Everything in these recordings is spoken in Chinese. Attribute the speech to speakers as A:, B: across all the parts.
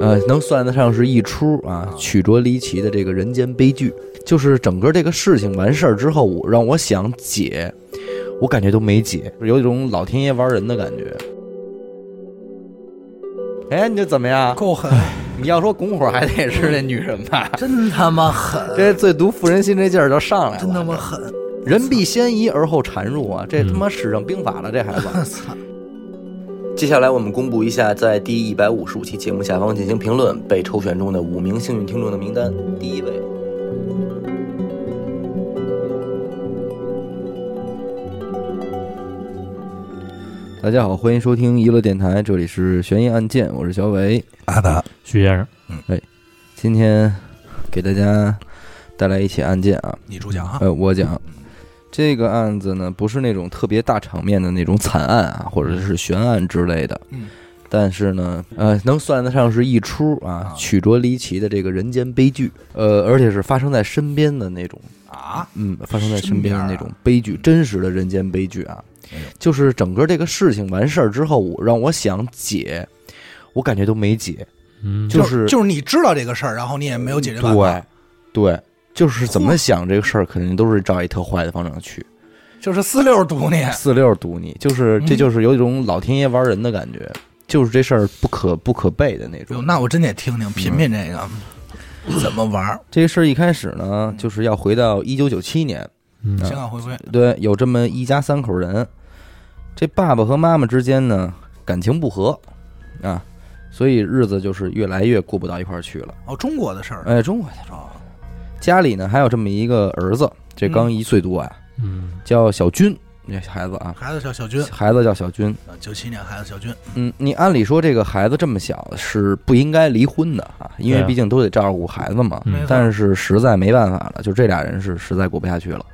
A: 呃，能算得上是一出啊曲折离奇的这个人间悲剧。就是整个这个事情完事儿之后，我让我想解，我感觉都没解，有一种老天爷玩人的感觉。哎，你这怎么样？
B: 够狠，
A: 你要说拱火还得是那女人吧？
B: 真他妈狠，
A: 这最毒妇人心这劲儿就上来了，
B: 真他妈狠！
A: 人必先疑而后缠入啊！这他妈使上兵法了，这孩子。
B: 我操，
A: 接下来我们公布一下在第一百五十五期节目下方进行评论被抽选中的五名幸运听众的名单。第一位，大家好，欢迎收听娱乐电台，这里是悬疑案件，我是小伟。
B: 阿达，
C: 徐先生，
A: 今天给大家带来一起案件啊，
B: 你主讲哈，
A: 呃，我讲这个案子呢，不是那种特别大场面的那种惨案啊，或者是悬案之类的，
B: 嗯，
A: 但是呢，呃，能算得上是一出啊
B: 啊
A: 曲折离奇的这个人间悲剧，呃，而且是发生在身边的那种，
B: 啊，
A: 嗯，发生在身边的那
B: 身边
A: 种悲剧，真实的人间悲剧啊
B: 哎呦，
A: 就是整个这个事情完事儿之后，我让我想解，我感觉都没解，
C: 嗯，
A: 就
B: 就是就是你知道这个事儿，然后你也没有解决办法，
A: 对，对。就是怎么想这个事儿，肯定都是照一特坏的方向去。
B: 就是四六堵你，
A: 四六堵你，就是
B: 嗯
A: 这就是有一种老天爷玩人的感觉，就是这事儿不可不可背的那
B: 哟，
A: 种。
B: 那我真得听听品品这个怎么玩儿，
A: 这个事儿一开始呢，就是要回到一九九七年，
C: 嗯
B: 香港回归，
A: 对，有这么一家三口人，这爸爸和妈妈之间呢感情不和啊，所以日子就是越来越过不到一块儿去了。
B: 哦，中国的事儿，
A: 哎，中国的
B: 哦，
A: 家里呢还有这么一个儿子，这刚一岁多啊，
C: 嗯，
A: 叫小军，这孩子啊，
B: 孩子叫小军，呃
A: 孩子叫小军。
B: 九七年孩子小军，
A: 嗯，你按理说这个孩子这么小是不应该离婚的啊，因为
C: 对啊
A: 毕竟都得照顾孩子嘛。
C: 嗯
B: 没错
A: 但是实在没办法了，就这俩人是实在过不下去了，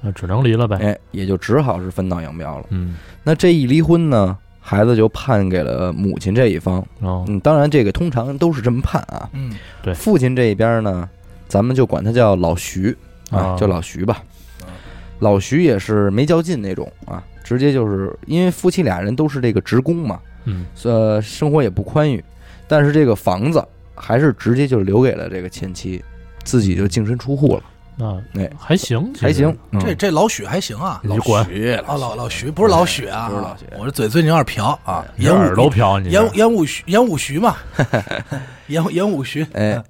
C: 那只能离了呗，
A: 哎，也就只好是分道扬镳了。
C: 嗯，
A: 那这一离婚呢，孩子就判给了母亲这一方。
C: 然后
A: 嗯，当然这个通常都是这么判啊。
B: 嗯，
C: 对
A: 父亲这一边呢，咱们就管他叫老徐啊，
C: 啊
A: 叫老徐吧
C: 哦
B: 啊。
A: 老徐也是没较劲那种啊，直接就是因为夫妻俩人都是这个职工嘛，
C: 嗯，
A: 呃，生活也不宽裕，但是这个房子还是直接就留给了这个前妻，自己就净身出户了，
C: 那
A: 哎
C: 还行，其实
A: 还行，，嗯
B: 这这老许还行啊，
C: 你就管，
A: 徐
B: 哦，老老徐不是老许啊，
A: 不是老许
B: 我这嘴最近有点瓢啊，
C: 你
B: 烟
C: 这
B: 雾
C: 耳朵瓢，你这
B: 烟雾烟雾徐烟雾徐嘛，烟雾烟雾徐，
A: 哎，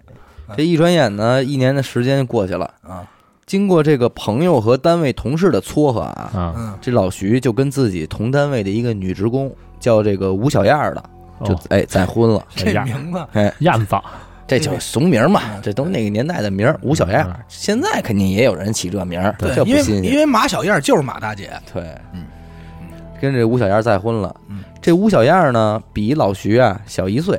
A: 这一转眼呢，一年的时间过去了。
B: 嗯啊，
A: 经过这个朋友和单位同事的撮合啊，
C: 啊，
B: 嗯，
A: 这老徐就跟自己同单位的一个女职工叫这个吴小燕儿的，就
C: 哦
A: 哎再婚了。
C: 哎
B: 这
C: 呀
B: 名字
C: 燕子，
A: 这就怂名嘛，这都那个年代的名儿，吴小燕儿。现在肯定也有人起这名儿，
B: 对
A: 这，不
B: 因为
A: 新鲜
B: 因。为马小燕就是马大姐，
A: 对，
B: 嗯，
A: 跟这吴小燕儿再婚了。
B: 嗯
A: 这吴小燕儿呢，比老徐啊小一岁，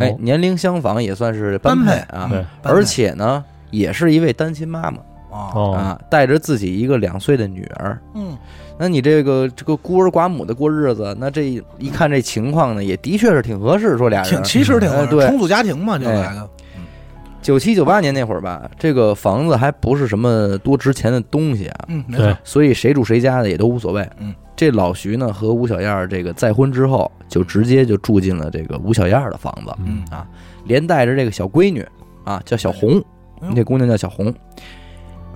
A: 哎，
C: 哦
A: 年龄相仿，也算是般
B: 般配
A: 啊。
C: 对，
A: 而且呢，也是一位单亲妈妈、
B: 哦，
C: 哦，
A: 啊，带着自己一个两岁的女儿。
B: 嗯，
A: 那你这个这个孤儿寡母的过日子，那这一看这情况呢，也的确是挺合适。说俩
B: 挺
A: 人，
B: 其实挺
A: 哎
B: 合
A: 对
B: 适，重组家庭嘛，就来个，
A: 九七九八年那会儿吧，这个房子还不是什么多值钱的东西啊，
B: 嗯，没
C: 对
B: 错，，
A: 所以谁住谁家的也都无所谓。
B: 嗯，
A: 这老徐呢和吴小燕儿这个再婚之后，就直接就住进了这个吴小燕儿的房子，
B: 嗯
A: 啊，连带着这个小闺女啊，叫小红
B: 哎，呦
A: 这姑娘叫小红，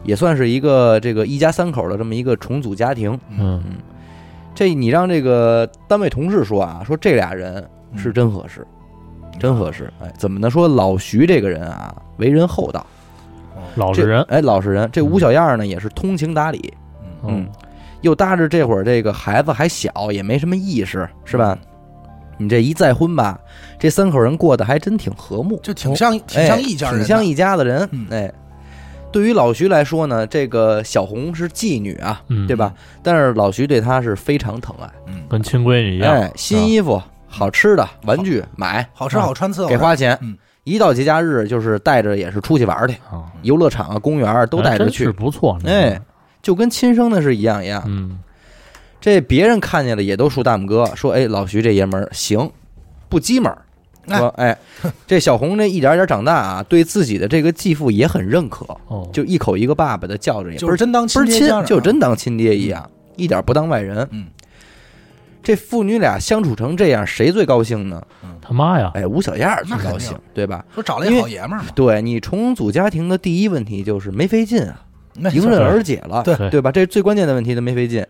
A: 也算是一个这个一家三口的这么一个重组家庭。
C: 嗯，
A: 这你让这个单位同事说啊，说这俩人
B: 嗯
A: 是真合适，真合适。哎，怎么呢？说老徐这个人啊，为人厚道，
B: 嗯
C: 老
A: 这
C: 实人，
A: 哎，老实人。这吴小燕呢，也是通情达理，
B: 嗯，
A: 嗯
C: 嗯，
A: 又搭着这会儿这个孩子还小，也没什么意识，是吧？
B: 嗯
A: 你这一再婚吧，这三口人过得还真挺和睦，
B: 就挺像挺像一家
A: 哎
B: 人
A: 挺
B: 的，
A: 像一家的人
B: 嗯。
A: 哎，对于老徐来说呢，这个小红是妓女啊，
C: 嗯
A: 对吧？但是老徐对她是非常疼爱。
B: 嗯，
C: 跟亲闺女一样，
A: 哎，
B: 啊
A: 新衣服、好吃的、玩具买，
B: 好吃好穿伺候
A: 啊给
B: 着，
A: 花钱
B: 嗯。
A: 一到节假日，就是带着也是出去玩儿去，
C: 啊，
A: 游乐场啊、公园儿都带着
C: 哎真是
A: 去，
C: 不错，那
A: 哎
B: 嗯
C: 个，
A: 就跟亲生的是一样一样。
C: 嗯，
A: 这别人看见了也都竖大拇哥，说：“哎，老徐这爷们儿行，不鸡门儿。”
B: 哎
A: 说：“ 哎，这小红这一点点长大啊，对自己的这个继父也很认可，
C: 哦，
A: 就一口一个爸爸的叫着，也
B: 就
A: 不是
B: 真当
A: 不
B: 亲
A: 是
B: 爹啊
A: 亲
B: 家长，
A: 就真当亲爹一样，一点不当外人。
B: 嗯，
A: 这父女俩相处成这样，谁最高兴呢？
C: 他妈呀，
A: 哎，吴小燕儿最
B: 那肯
A: 高兴
B: 定，
A: 对吧？
B: 说找了一好爷们儿嘛，
A: 对你重组家庭的第一问题就是没费劲啊，
B: 那
A: 迎刃而解了，
B: 对
C: 对
A: 对吧？这是最关键的问题，他没费劲。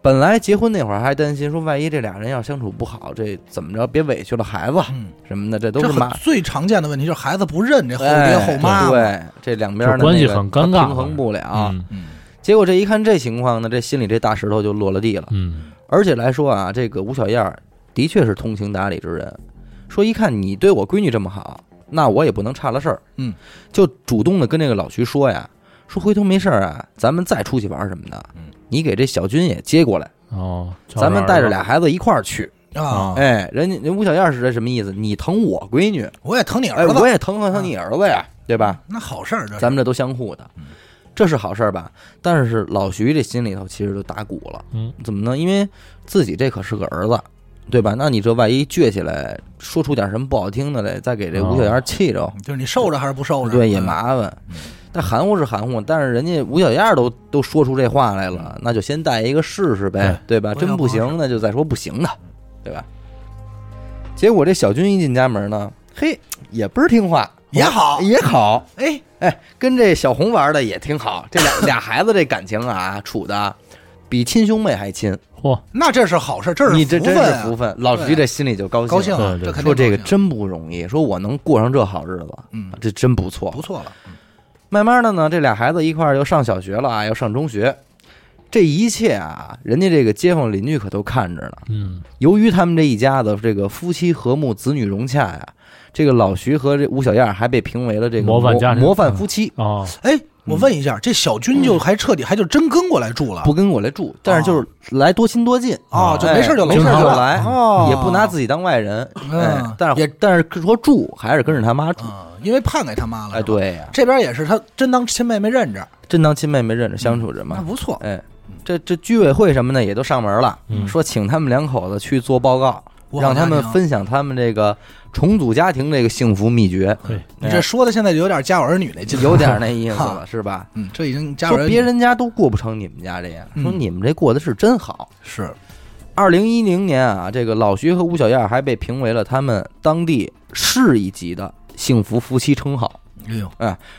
A: 本来结婚那会儿还担心说，万一这俩人要相处不好，这怎么着别委屈了孩子
B: 嗯，
A: 什么的，这都
B: 这
A: 是
B: 很
A: 妈
B: 最常见的问题就是孩子不认这后
A: 哎
B: 爹后妈嘛，
A: 对，这两边的
C: 这关系
A: 那个
C: 很尴尬
A: 平衡不啊了。
C: 嗯
B: 嗯，
A: 结果这一看这情况呢，这心里这大石头就落了地了。
C: 嗯，
A: 而且来说啊，这个吴小燕儿的确是通情达理之人，说一看你对我闺女这么好，那我也不能差了事儿。
B: 嗯，
A: 就主动的跟那个老徐说呀，说回头没事儿啊，咱们再出去玩什么的
B: 嗯，
A: 你给这小军也接过来，
C: 哦，叫
A: 咱们带着
C: 儿
A: 俩孩子一块儿去。
B: 啊，
C: 啊，
A: 哎，人家人吴小燕儿是这什么意思？你疼我闺女，
B: 我也疼你
A: 哎，
B: 儿子，
A: 我也疼疼疼你儿子呀，对吧？
B: 那好事儿，这是
A: 咱们这都相互的
B: 嗯，
A: 这是好事儿吧？但是老徐这心里头其实就打鼓了，
C: 嗯，
A: 怎么呢？因为自己这可是个儿子，对吧？那你这万一倔起来，说出点什么不好听的来，再给这
B: 哦
A: 吴小燕气着，
B: 就是你受着还是不受着，
A: 对，也
B: 嗯
A: 麻烦。但含糊是含糊，但是人家吴小燕都都说出这话来了，那就先带一个试试呗，对吧？
B: 嗯不要嗯
A: 真不行，那就再说不行的，对吧？结果这小军一进家门呢，嘿，也倍儿听话，
B: 也好
A: 也好，
B: 哎，
A: 哎，跟这小红玩的也挺好，这俩俩孩子这感情啊，处的比亲兄妹还亲。
C: 嚯，
B: 那这是好事，这
A: 你这
B: 是福
A: 真
B: 分
A: 是
B: 啊，
A: 福分，老徐这心里就高兴
B: 高
A: 了
B: 兴啊，
C: 对对
B: 这肯定
A: 说这个
B: 高兴
A: 真不容易，说我能过上这好日子，
B: 嗯
A: 这真不错。嗯
B: 不错了，
A: 慢慢的呢，这俩孩子一块儿又上小学了啊，又上中学，这一切啊，人家这个街坊邻居可都看着呢。
C: 嗯，
A: 由于他们这一家子这个夫妻和睦、子女融洽呀，这个老徐和这吴小燕儿还被评为了这个
C: 模范家庭
A: 模范夫妻。
C: 哦，
B: 哎，我问一下，这小军就还彻底还就真跟过来住了，
A: 不跟我来住，但是就是来多亲多近，
B: 哦，就没事就
A: 哎没事
C: 经常
A: 就
B: 来
A: 来，
B: 哦，
A: 也不拿自己当外人。
B: 嗯
A: 哎，但是
B: 也
A: 但是说住还是跟着他妈住。
B: 嗯，因为判给他妈了，
A: 哎，
B: 是吧，
A: 对呀，
B: 这边也是他真当亲妹妹认着，
A: 真当亲妹妹认着相处着
B: 那
A: 嘛。
B: 不错，
A: 哎，这这居委会什么的也都上门了，
C: 嗯
A: 说请他们两口子去做报告，
B: 我好
A: 让他们
B: 家庭
A: 分享他们这个重组家庭这个幸福秘诀。哎
C: 对，
B: 你这说的现在有点家有儿女那劲儿，
A: 有点那意思了，是吧？
B: 嗯，这已经家有
A: 说
B: 儿女
A: 别人家都过不成你们家这样，说
B: 嗯
A: 你们这过的是真好。
B: 是
A: 二零一零年啊，这个老徐和吴小燕还被评为了他们当地市一级的幸福夫妻称号，
B: 哎呦，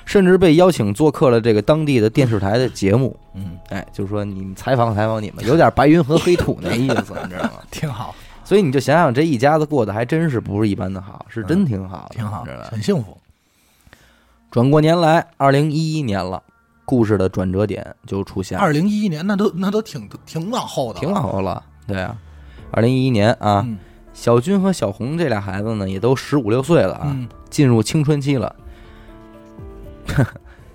A: 甚至被邀请做客了这个当地的电视台的节目。
B: 嗯，
A: 哎，就是说你们采访采访你们，有点白云和黑土那意思，你知道吗？
B: 挺好，
A: 所以你就想想，这一家子过得还真是不是一般的好，是真嗯挺好的，
B: 挺好
A: 你知道，吧
B: 很幸福，
A: 转过年来，二零一一年了，故事的转折点就出现了，
B: 二零一一年那都那都挺挺往后的，
A: 挺往，后了，对啊，二零一一年啊，
B: 嗯
A: 小军和小红这俩孩子呢，也都十五六岁了啊。
B: 嗯，
A: 进入青春期了。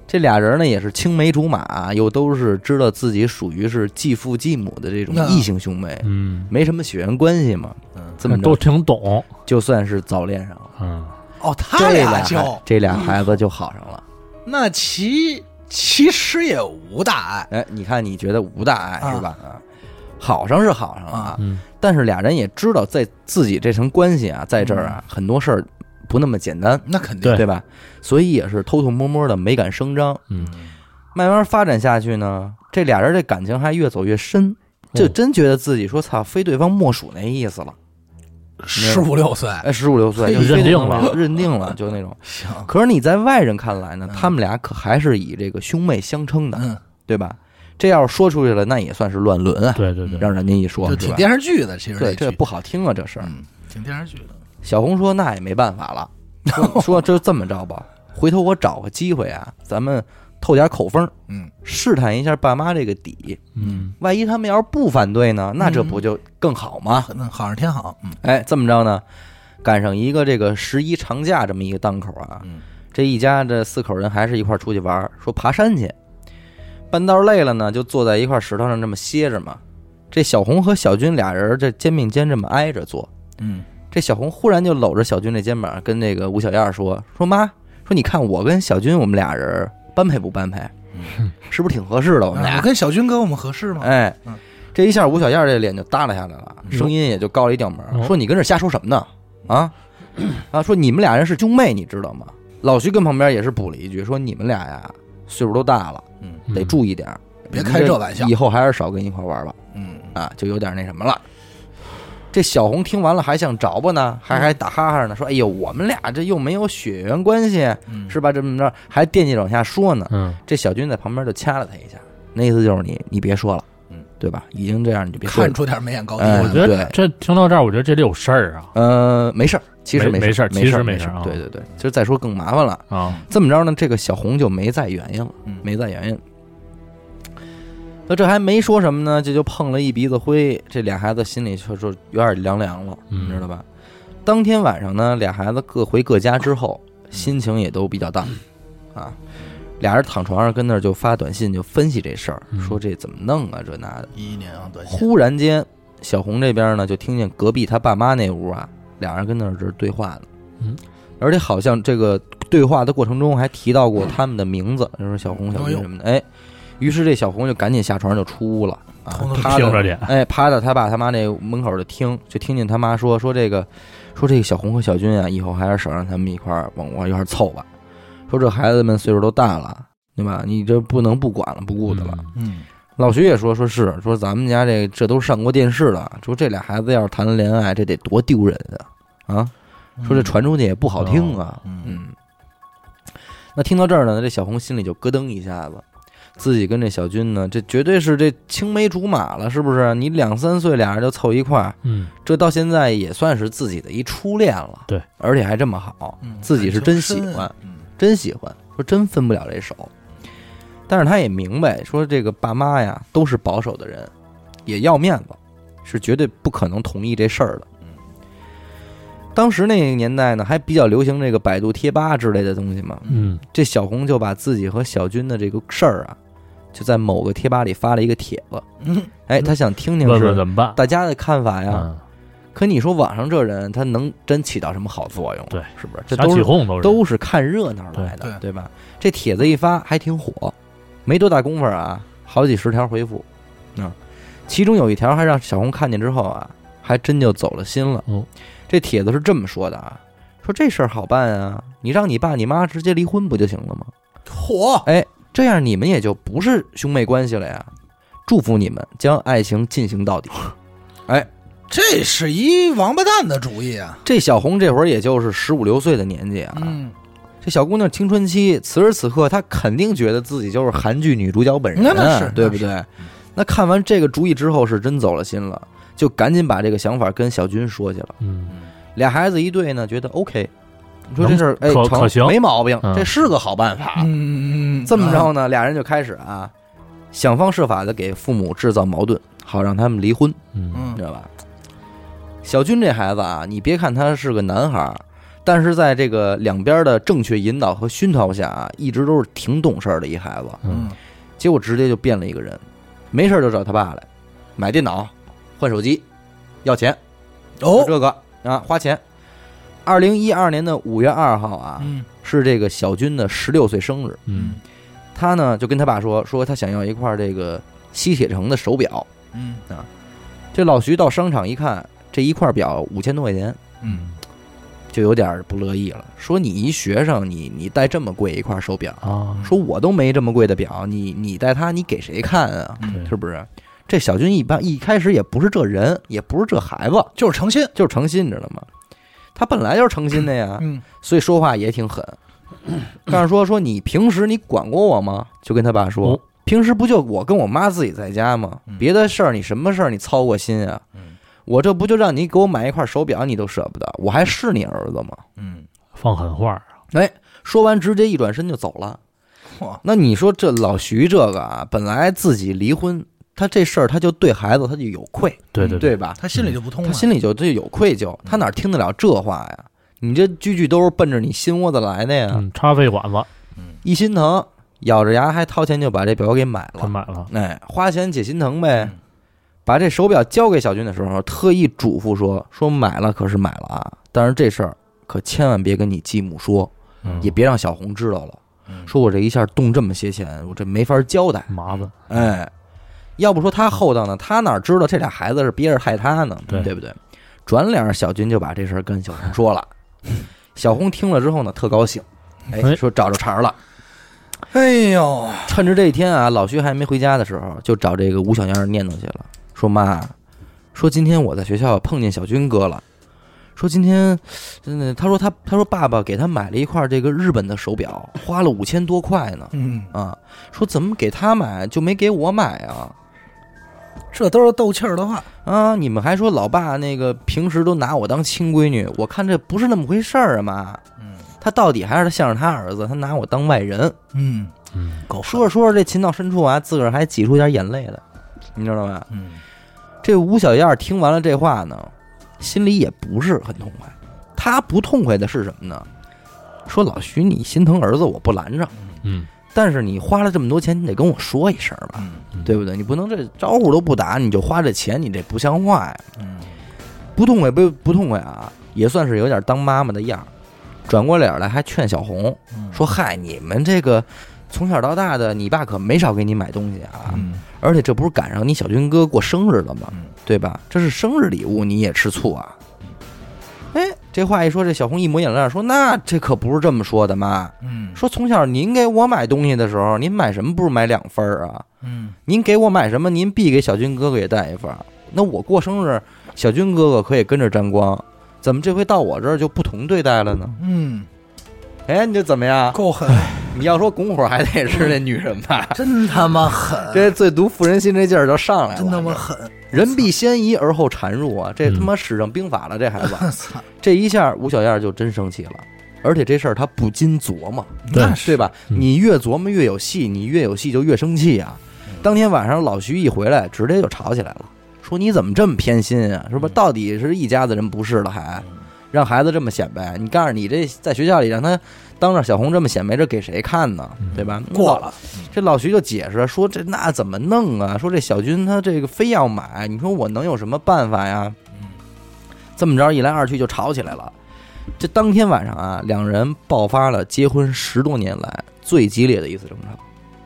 A: 这俩人呢也是青梅竹马、又都是知道自己属于是继父继母的这种
B: 那
A: 异性兄妹，
C: 嗯，
A: 没什么血缘关系嘛。
B: 嗯
A: 这么着
C: 都
A: 啊
C: 挺懂，
A: 就算是早恋上了，
C: 嗯，
B: 哦，他
A: 这俩孩
B: 俩就
A: 这俩孩子就好上了。
B: 那其其实也无大碍，
A: 哎，你看你觉得无大碍
B: 啊
A: 是吧？啊，好上是好上了啊，
C: 嗯
A: 但是俩人也知道在自己这层关系啊，在这儿啊很多事儿不那么简单，
B: 那肯定
C: 对
A: 对吧？所以也是偷偷摸摸的，没敢声张。
C: 嗯，
A: 慢慢发展下去呢，这俩人这感情还越走越深，就真觉得自己说操，非对方莫属那意思了。
B: 十五六岁，
A: 哎，十五六岁
B: 嘿
A: 就非
C: 认定
A: 对方
C: 了
A: 认定了，就那 种。
B: 行，
A: 可是你在外人看来呢，
B: 嗯
A: 他们俩可还是以这个兄妹相称的，
B: 嗯，
A: 对吧？这要是说出去了，那也算是乱伦啊，
C: 对对对，
A: 让人家一说
B: 就是挺
A: 吧？
B: 电视剧的，其实
A: 对，
B: 这
A: 这
B: 剧
A: 不好听啊，这事儿。
B: 嗯，挺电视剧的，
A: 小红说：“那也没办法 了，说说就这么着吧，回头我找个机会啊，咱们透点口风，
B: 嗯，
A: 试探一下爸妈这个底。
C: 嗯，
A: 万一他们要是不反对呢，那
B: 嗯
A: 这不就更好吗？
B: 可能好像挺好，嗯
A: 哎，这么着呢，赶上一个这个十一长假这么一个档口啊，
B: 嗯
A: 这一家这四口人还是一块儿出去玩儿，说爬山去。半道儿累了呢，就坐在一块石头上这么歇着嘛。这小红和小军俩人这肩并肩这么挨着坐，
B: 嗯，
A: 这小红忽然就搂着小军这肩膀，跟那个吴小燕说：“说妈，说你看我跟小军我们俩人般配不般配？是不是挺合适的？我们俩
B: 我跟小军哥我们合适吗？
A: 哎
B: 嗯，
A: 这一下吴小燕这脸就耷拉下来了，声音也就高了一调门儿，
C: 嗯
A: 说：“你跟这瞎说什么呢？
B: 嗯
A: 啊啊！说你们俩人是兄妹，你知道吗？”老徐跟旁边也是补了一句，说：“你们俩呀，岁数都大了，
B: 嗯
A: 得注意点儿，
B: 别
A: 你
B: 开
A: 这
B: 这玩笑
A: 以后还是少跟一块儿玩吧。
B: 嗯，”
A: 啊，就有点那什么了。这小红听完了还想找吧呢，还
B: 嗯
A: 还打哈哈呢，说：“哎呦，我们俩这又没有血缘关系，
B: 嗯
A: 是吧？这么着还惦记着往下说呢。
C: 嗯，
A: 这小军在旁边就掐了他一下，那意思就是你你别说了，
B: 嗯，
A: 对吧？已经这样你就别说
B: 看
A: 了。
B: 出点眉眼高低
A: 哎
B: 来
C: 我
B: 了。
C: 觉得
A: 对
C: 这听到这儿，我觉得这里有事儿啊
A: 呃，没事儿，其实
C: 没
A: 没事儿，
C: 没事
A: 没
C: 儿其实
A: 没
C: 没
A: 事
C: 事儿
A: 儿。
C: 啊
A: 对对对，其实再说更麻烦了。
C: 啊，
A: 这么着呢，这个小红就没再原因了，
B: 嗯
A: 没再原因。那这还没说什么呢，这就碰了一鼻子灰，这俩孩子心里就说有点凉凉了，
C: 嗯
A: 你知道吧？当天晚上呢，俩孩子各回各家之后，
B: 嗯
A: 心情也都比较淡，啊，俩人躺床上跟那儿就发短信，就分析这事儿，
C: 嗯
A: 说这怎么弄啊，这那的。
B: 一一年啊，短信
A: 忽然间，小红这边呢就听见隔壁他爸妈那屋啊，俩人跟那儿这儿对话呢。
C: 嗯，
A: 而且好像这个对话的过程中还提到过他们的名字，就说小红、小
B: 哎
A: 军
B: 呦
A: 什么的。哎，于是这小红就赶紧下床就出屋了啊
B: 偷，偷
A: 趴
C: 听
A: 到
C: 着去，
A: 哎趴到他爸他妈那门口就听，就听见他妈说说这个说这个小红和小军啊，以后还是少让他们一块儿往往一块儿凑吧。说这孩子们岁数都大了，对吧？你这不能不管了，不顾的了。
C: 嗯
B: 嗯，
A: 老徐也说，说是说咱们家这这都上过电视了，说这俩孩子要是谈了恋爱，这得多丢人啊！啊，说这传出去也不好听啊。
B: 嗯
A: 嗯，那听到这儿呢，这小红心里就咯噔一下子，自己跟这小军呢，这绝对是这青梅竹马了，是不是？你两三岁俩人就凑一块儿，
C: 嗯，
A: 这到现在也算是自己的一初恋了。
C: 对，
A: 而且还这么好，
B: 嗯
A: 自己是真喜
B: 感情深
A: 欢
B: 啊。嗯
A: 真喜欢，说真分不了这手。但是他也明白，说这个爸妈呀都是保守的人，也要面子，是绝对不可能同意这事儿的
B: 嗯。
A: 当时那个年代呢，还比较流行这个百度贴吧之类的东西嘛。
C: 嗯，
A: 这小红就把自己和小军的这个事儿啊，就在某个贴吧里发了一个帖子。
B: 嗯，
A: 哎，他想听听
C: 问问
A: 是
C: 怎么办？
A: 大家的看法呀。
C: 嗯，
A: 可你说网上这人，他能真起到什么好作用？啊
C: 对，
A: 是不是？这
C: 瞎
A: 都是
C: 起哄都是
A: 都是看热闹来的，
B: 对
A: 对吧？这帖子一发还挺火，没多大功夫啊，好几十条回复，啊，其中有一条还让小红看见之后啊，还真就走了心了。
C: 哦
A: 这帖子是这么说的啊，说这事儿好办啊，你让你爸你妈直接离婚不就行了吗？
B: 嚯，
A: 这样你们也就不是兄妹关系了呀。祝福你们将爱情进行到底。
B: 这是一王八蛋的主意啊！
A: 这小红这会儿也就是十五六岁的年纪啊，
B: 嗯，
A: 这小姑娘青春期，此时此刻，她肯定觉得自己就是韩剧女主角本人，啊
B: 那那是
A: 对不对？那看完这个主意之后，是真走了心了，就赶紧把这个想法跟小军说去了。
C: 嗯，
A: 俩孩子一对呢，觉得 OK，你说这事儿哎
C: 能可
A: 成
C: 可行
A: 没毛病，
C: 嗯
A: 这是个好办法。
B: 嗯嗯嗯，
A: 啊这么着呢，俩人就开始啊，想方设法的给父母制造矛盾，好让他们离婚，
C: 嗯，
A: 你
B: 嗯，
A: 知道吧？小军这孩子啊，你别看他是个男孩儿，但是在这个两边的正确引导和熏陶下啊，一直都是挺懂事儿的一孩子。
B: 嗯
A: 结果直接就变了一个人，没事儿就找他爸来，买电脑，换手机，要钱，就
B: 哦，
A: 这个啊，花钱。二零一二年的五月二号啊，
B: 嗯
A: 是这个小军的十六岁生日。
C: 嗯，
A: 他呢就跟他爸说，说他想要一块这个吸铁城的手表。
B: 嗯
A: 这老徐到商场一看，这一块表五千多块钱，
B: 嗯，
A: 就有点儿不乐意了，说你一学生，你你戴这么贵一块手表，
C: 啊，
A: 说我都没这么贵的表，你你戴它，你给谁看啊？
C: 对
A: 是不是？这小军一般一开始也不是这人，也不是这孩子，
B: 就是诚心，
A: 就是诚心，你知道吗？他本来就是诚心的呀，
B: 嗯
A: 所以说话也挺狠。但是说说你平时你管过我吗？就跟他爸说
C: 哦，
A: 平时不就我跟我妈自己在家吗？
B: 嗯
A: 别的事儿你什么事儿你操过心啊？
B: 嗯
A: 我这不就让你给我买一块手表，你都舍不得，我还是你儿子吗？
B: 嗯，
C: 放狠话儿，
A: 说完直接一转身就走了。
B: 嚯，
A: 那你说这老徐这个啊，本来自己离婚，他这事儿他就对孩子他就有愧，
C: 对对，
A: 对吧？
B: 他心里就不
A: 嗯
B: 通
A: 他
B: 了，
A: 心里就就有愧疚，
C: 嗯
A: 他哪听得了这话呀？你这句句都是奔着你心窝子来的呀！
C: 嗯，插肺管子，
A: 一心疼，咬着牙还掏钱就把这表给买
C: 他
A: 了，
C: 买了，
A: 哎，花钱解心疼呗
B: 嗯。
A: 把这手表交给小军的时候，特意嘱咐说：“说买了可是买了啊，但是这事儿可千万别跟你继母说，
C: 嗯
A: 也别让小红知道了。
B: 嗯
A: 说我这一下动这么些钱，我这没法交代。
C: 麻烦，
A: 哎，要不说他厚道呢，他哪知道这俩孩子是憋着害他呢？
C: 对
A: 不对？转脸小军就把这事儿跟小红说 了，小红听了之后呢，特高兴，哎，
C: 哎
A: 说找着茬儿了。
B: 哎呦，
A: 趁着这一天啊，老徐还没回家的时候，就找这个吴小燕念叨去了，说妈，说今天我在学校碰见小军哥了，说今天真的，他说他他说爸爸给他买了一块这个日本的手表，花了五千多块呢。
B: 嗯，
A: 啊，说怎么给他买就没给我买啊？
B: 这都是斗气儿的话。
A: 啊，你们还说老爸那个平时都拿我当亲闺女，我看这不是那么回事儿啊，妈。
B: 嗯
A: 他到底还是向着他儿子，他拿我当外人。
B: 嗯，
C: 嗯，
B: 狗
A: 说着说着，这情到深处啊，自个儿还挤出点眼泪来，你知道吧？
B: 嗯，
A: 这吴小燕听完了这话呢，心里也不是很痛快。她不痛快的是什么呢？说老徐，你心疼儿子，我不拦着，
C: 嗯，
A: 但是你花了这么多钱，你得跟我说一声吧，
B: 嗯
C: 嗯
A: 对不对？你不能这招呼都不打，你就花这钱，你这不像话呀！
B: 嗯
A: 不痛快不不痛快啊，也算是有点当妈妈的样儿。转过脸来还劝小红
B: 嗯，
A: 说：“嗨，你们这个从小到大的，你爸可没少给你买东西啊。
B: 嗯
A: 而且这不是赶上你小军哥过生日了吗
B: 嗯？
A: 对吧？这是生日礼物，你也吃醋啊？哎，这话一说，这小红一抹眼泪，说：“那这可不是这么说的，妈。
B: 嗯
A: 说从小您给我买东西的时候，您买什么不是买两份儿啊？
B: 嗯
A: 您给我买什么，您必给小军哥哥也带一份儿。那我过生日，小军哥哥可以跟着沾光，怎么这回到我这儿就不同对待了呢？
B: 嗯，
A: 哎，你这怎么样？
B: 够狠，
A: 你要说拱火还得是那女人吧？
B: 真他妈狠，
A: 这最毒妇人心这劲儿就上来了，
B: 真他妈狠！
A: 人必先疑而后缠入啊！这
C: 嗯
A: 他妈使上兵法了，这孩子，
B: 我操，
A: 这一下吴小燕就真生气了。而且这事儿他不禁琢磨，
C: 对
B: 那是
A: 对吧？
C: 嗯
A: 你越琢磨越有戏，你越有戏就越生气啊！
C: 嗯
A: 当天晚上老徐一回来，直接就吵起来了，说你怎么这么偏心啊？是吧？
B: 嗯
A: 到底是一家子人不是了还
B: 嗯？
A: 让孩子这么显摆，你告诉你这在学校里让他当着小红这么显摆，这给谁看呢？
C: 嗯
A: 对吧？
B: 过了，
A: 这老徐就解释说：“这那怎么弄啊？说这小军他这个非要买，你说我能有什么办法呀？”这么着一来二去就吵起来了。这当天晚上啊，两人爆发了结婚十多年来最激烈的一次争吵，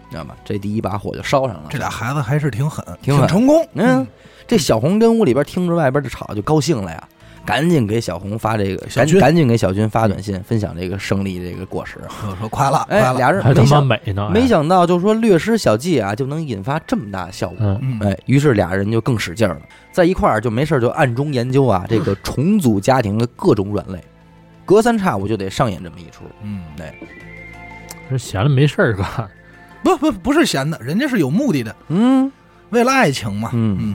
A: 你知道吗？这第一把火就烧上了。
B: 这俩孩子还是挺狠，
A: 挺
B: 挺
A: 狠
B: 成功。
A: 嗯，这小红跟屋里边听着外边的吵就高兴了呀，赶紧给小红发这个，
B: 小
A: 赶
B: 军
A: 赶紧给小军发短信分享这个胜利这个果实。
B: 我说快了，
A: 哎
B: 快，了，
A: 俩人
C: 还
A: 没
C: 他妈
A: 想
C: 美呢，哎
A: 没想到，就说略施小计啊，就能引发这么大效果。
C: 嗯，
B: 嗯，
A: 哎，于是俩人就更使劲儿了，在一块儿就没事儿就暗中研究啊，这个重组家庭的各种软肋，隔三差五就得上演这么一出。
B: 嗯，
C: 这闲了没事儿干，
B: 不不不是闲的，人家是有目的的，
A: 嗯
B: 为了爱情嘛。
A: 嗯，
B: 嗯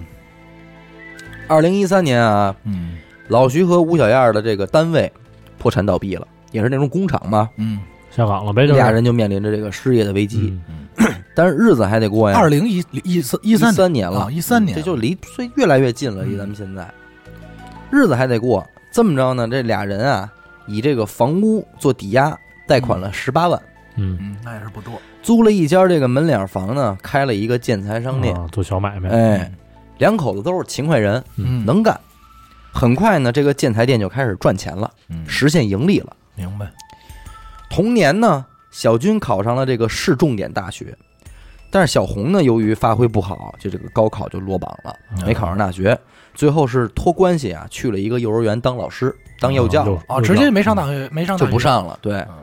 A: 二零一三年啊，
B: 嗯
A: 老徐和吴小燕儿的这个单位破产倒闭了，也是那种工厂嘛，
B: 嗯，
C: 下岗了呗，就是
A: 俩人就面临着这个失业的危机，
C: 嗯
A: 但是日子还得过呀。
B: 二零一一三一
A: 一
B: 三
A: 三年了，嗯
B: 啊13年嗯
A: 这就离最越来越近了，离咱们现在日子还得过。这么着呢，这俩人啊，以这个房屋做抵押，贷款了十八万。
C: 嗯，
B: 嗯，那也是不多。
A: 租了一家这个门脸房呢，开了一个建材商店。
C: 啊做小买卖，
A: 哎，两口子都是勤快人，
B: 嗯，
A: 能干。很快呢，这个建材店就开始赚钱了，
B: 嗯
A: 实现盈利了。
B: 明白。
A: 同年呢，小军考上了这个市重点大学，但是小红呢，由于发挥不好，就这个高考就落榜了，没考上大学。最后是托关系啊，去了一个幼儿园当老师，当幼教
C: 又
B: 哦，直接没上大学，没上大
A: 就
B: 学
A: 不。上了。对
B: 嗯，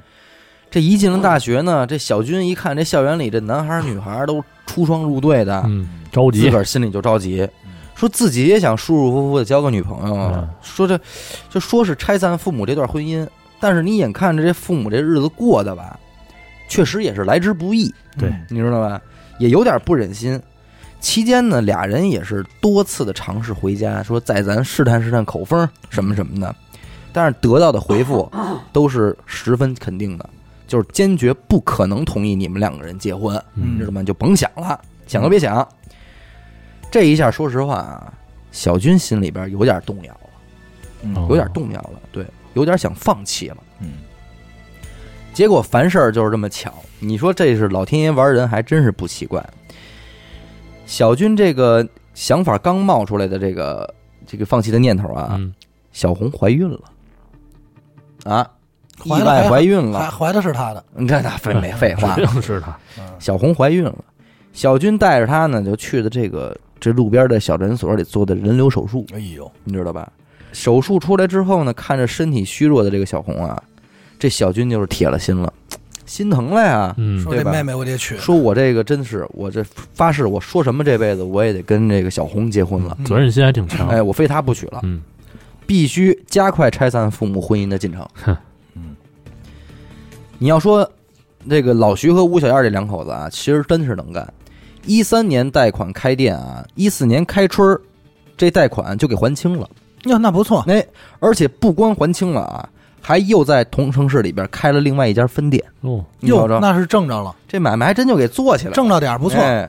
A: 这一进了大学呢，这小军一看这校园里这男孩儿女孩儿都出双入对的，
C: 嗯，着
A: 自
C: 急
A: 个，儿心里就着急，说自己也想舒舒服服的交个女朋友啊。
C: 嗯
A: 说这，就说是拆散父母这段婚姻，但是你眼看着这父母这日子过的吧，确实也是来之不易，
C: 对
B: 嗯
A: 你知道吧？也有点不忍心。期间呢，俩人也是多次的尝试回家，说在咱试探试探口风什么什么的，但是得到的回复都是十分肯定的，就是坚决不可能同意你们两个人结婚。你知
C: 嗯
A: 道吗？就甭想了，想都别想。这一下，说实话啊，小军心里边有点动摇了，
C: 哦
A: 有点动摇了，对，有点想放弃了。
B: 嗯
A: 结果凡事儿就是这么巧，你说这是老天爷玩人，还真是不奇怪。小军这个想法刚冒出来的这个这个放弃的念头啊，
C: 嗯
A: 小红怀孕了，啊，意
B: 怀了
A: 外
B: 还
A: 怀孕
B: 怀
A: 了，
B: 怀的是他的，
A: 你看那废没废 话
C: 指，定是他，
B: 嗯
A: 小红怀孕了，小军带着她呢，就去的这个这路边的小诊所里做的人流手术，
B: 哎呦，
A: 你知道吧？手术出来之后呢，看着身体虚弱的这个小红啊，这小军就是铁了心了，心疼了呀。
C: 嗯，
B: 说
A: 对
B: 这
A: 吧
B: 妹妹我得娶，
A: 说我这个真是，我这发誓，我说什么这辈子我也得跟这个小红结婚了。
B: 嗯
C: 责任心还挺强。
A: 哎，我非她不娶了，
C: 嗯，
A: 必须加快拆散父母婚姻的进程
C: 哼。
A: 嗯，你要说这个老徐和吴小燕这两口子啊，其实真是能干。一三年贷款开店啊，一四年开春儿，这贷款就给还清了。
B: 哟，那不错，
A: 哎，而且不光还清了啊，还又在同城市里边开了另外一家分店。
C: 哦，
A: 你瞅
B: 哟，
A: 瞅，
B: 那是挣着了，
A: 这买卖还真就给做起来了。
B: 挣着点儿不错。
A: 哎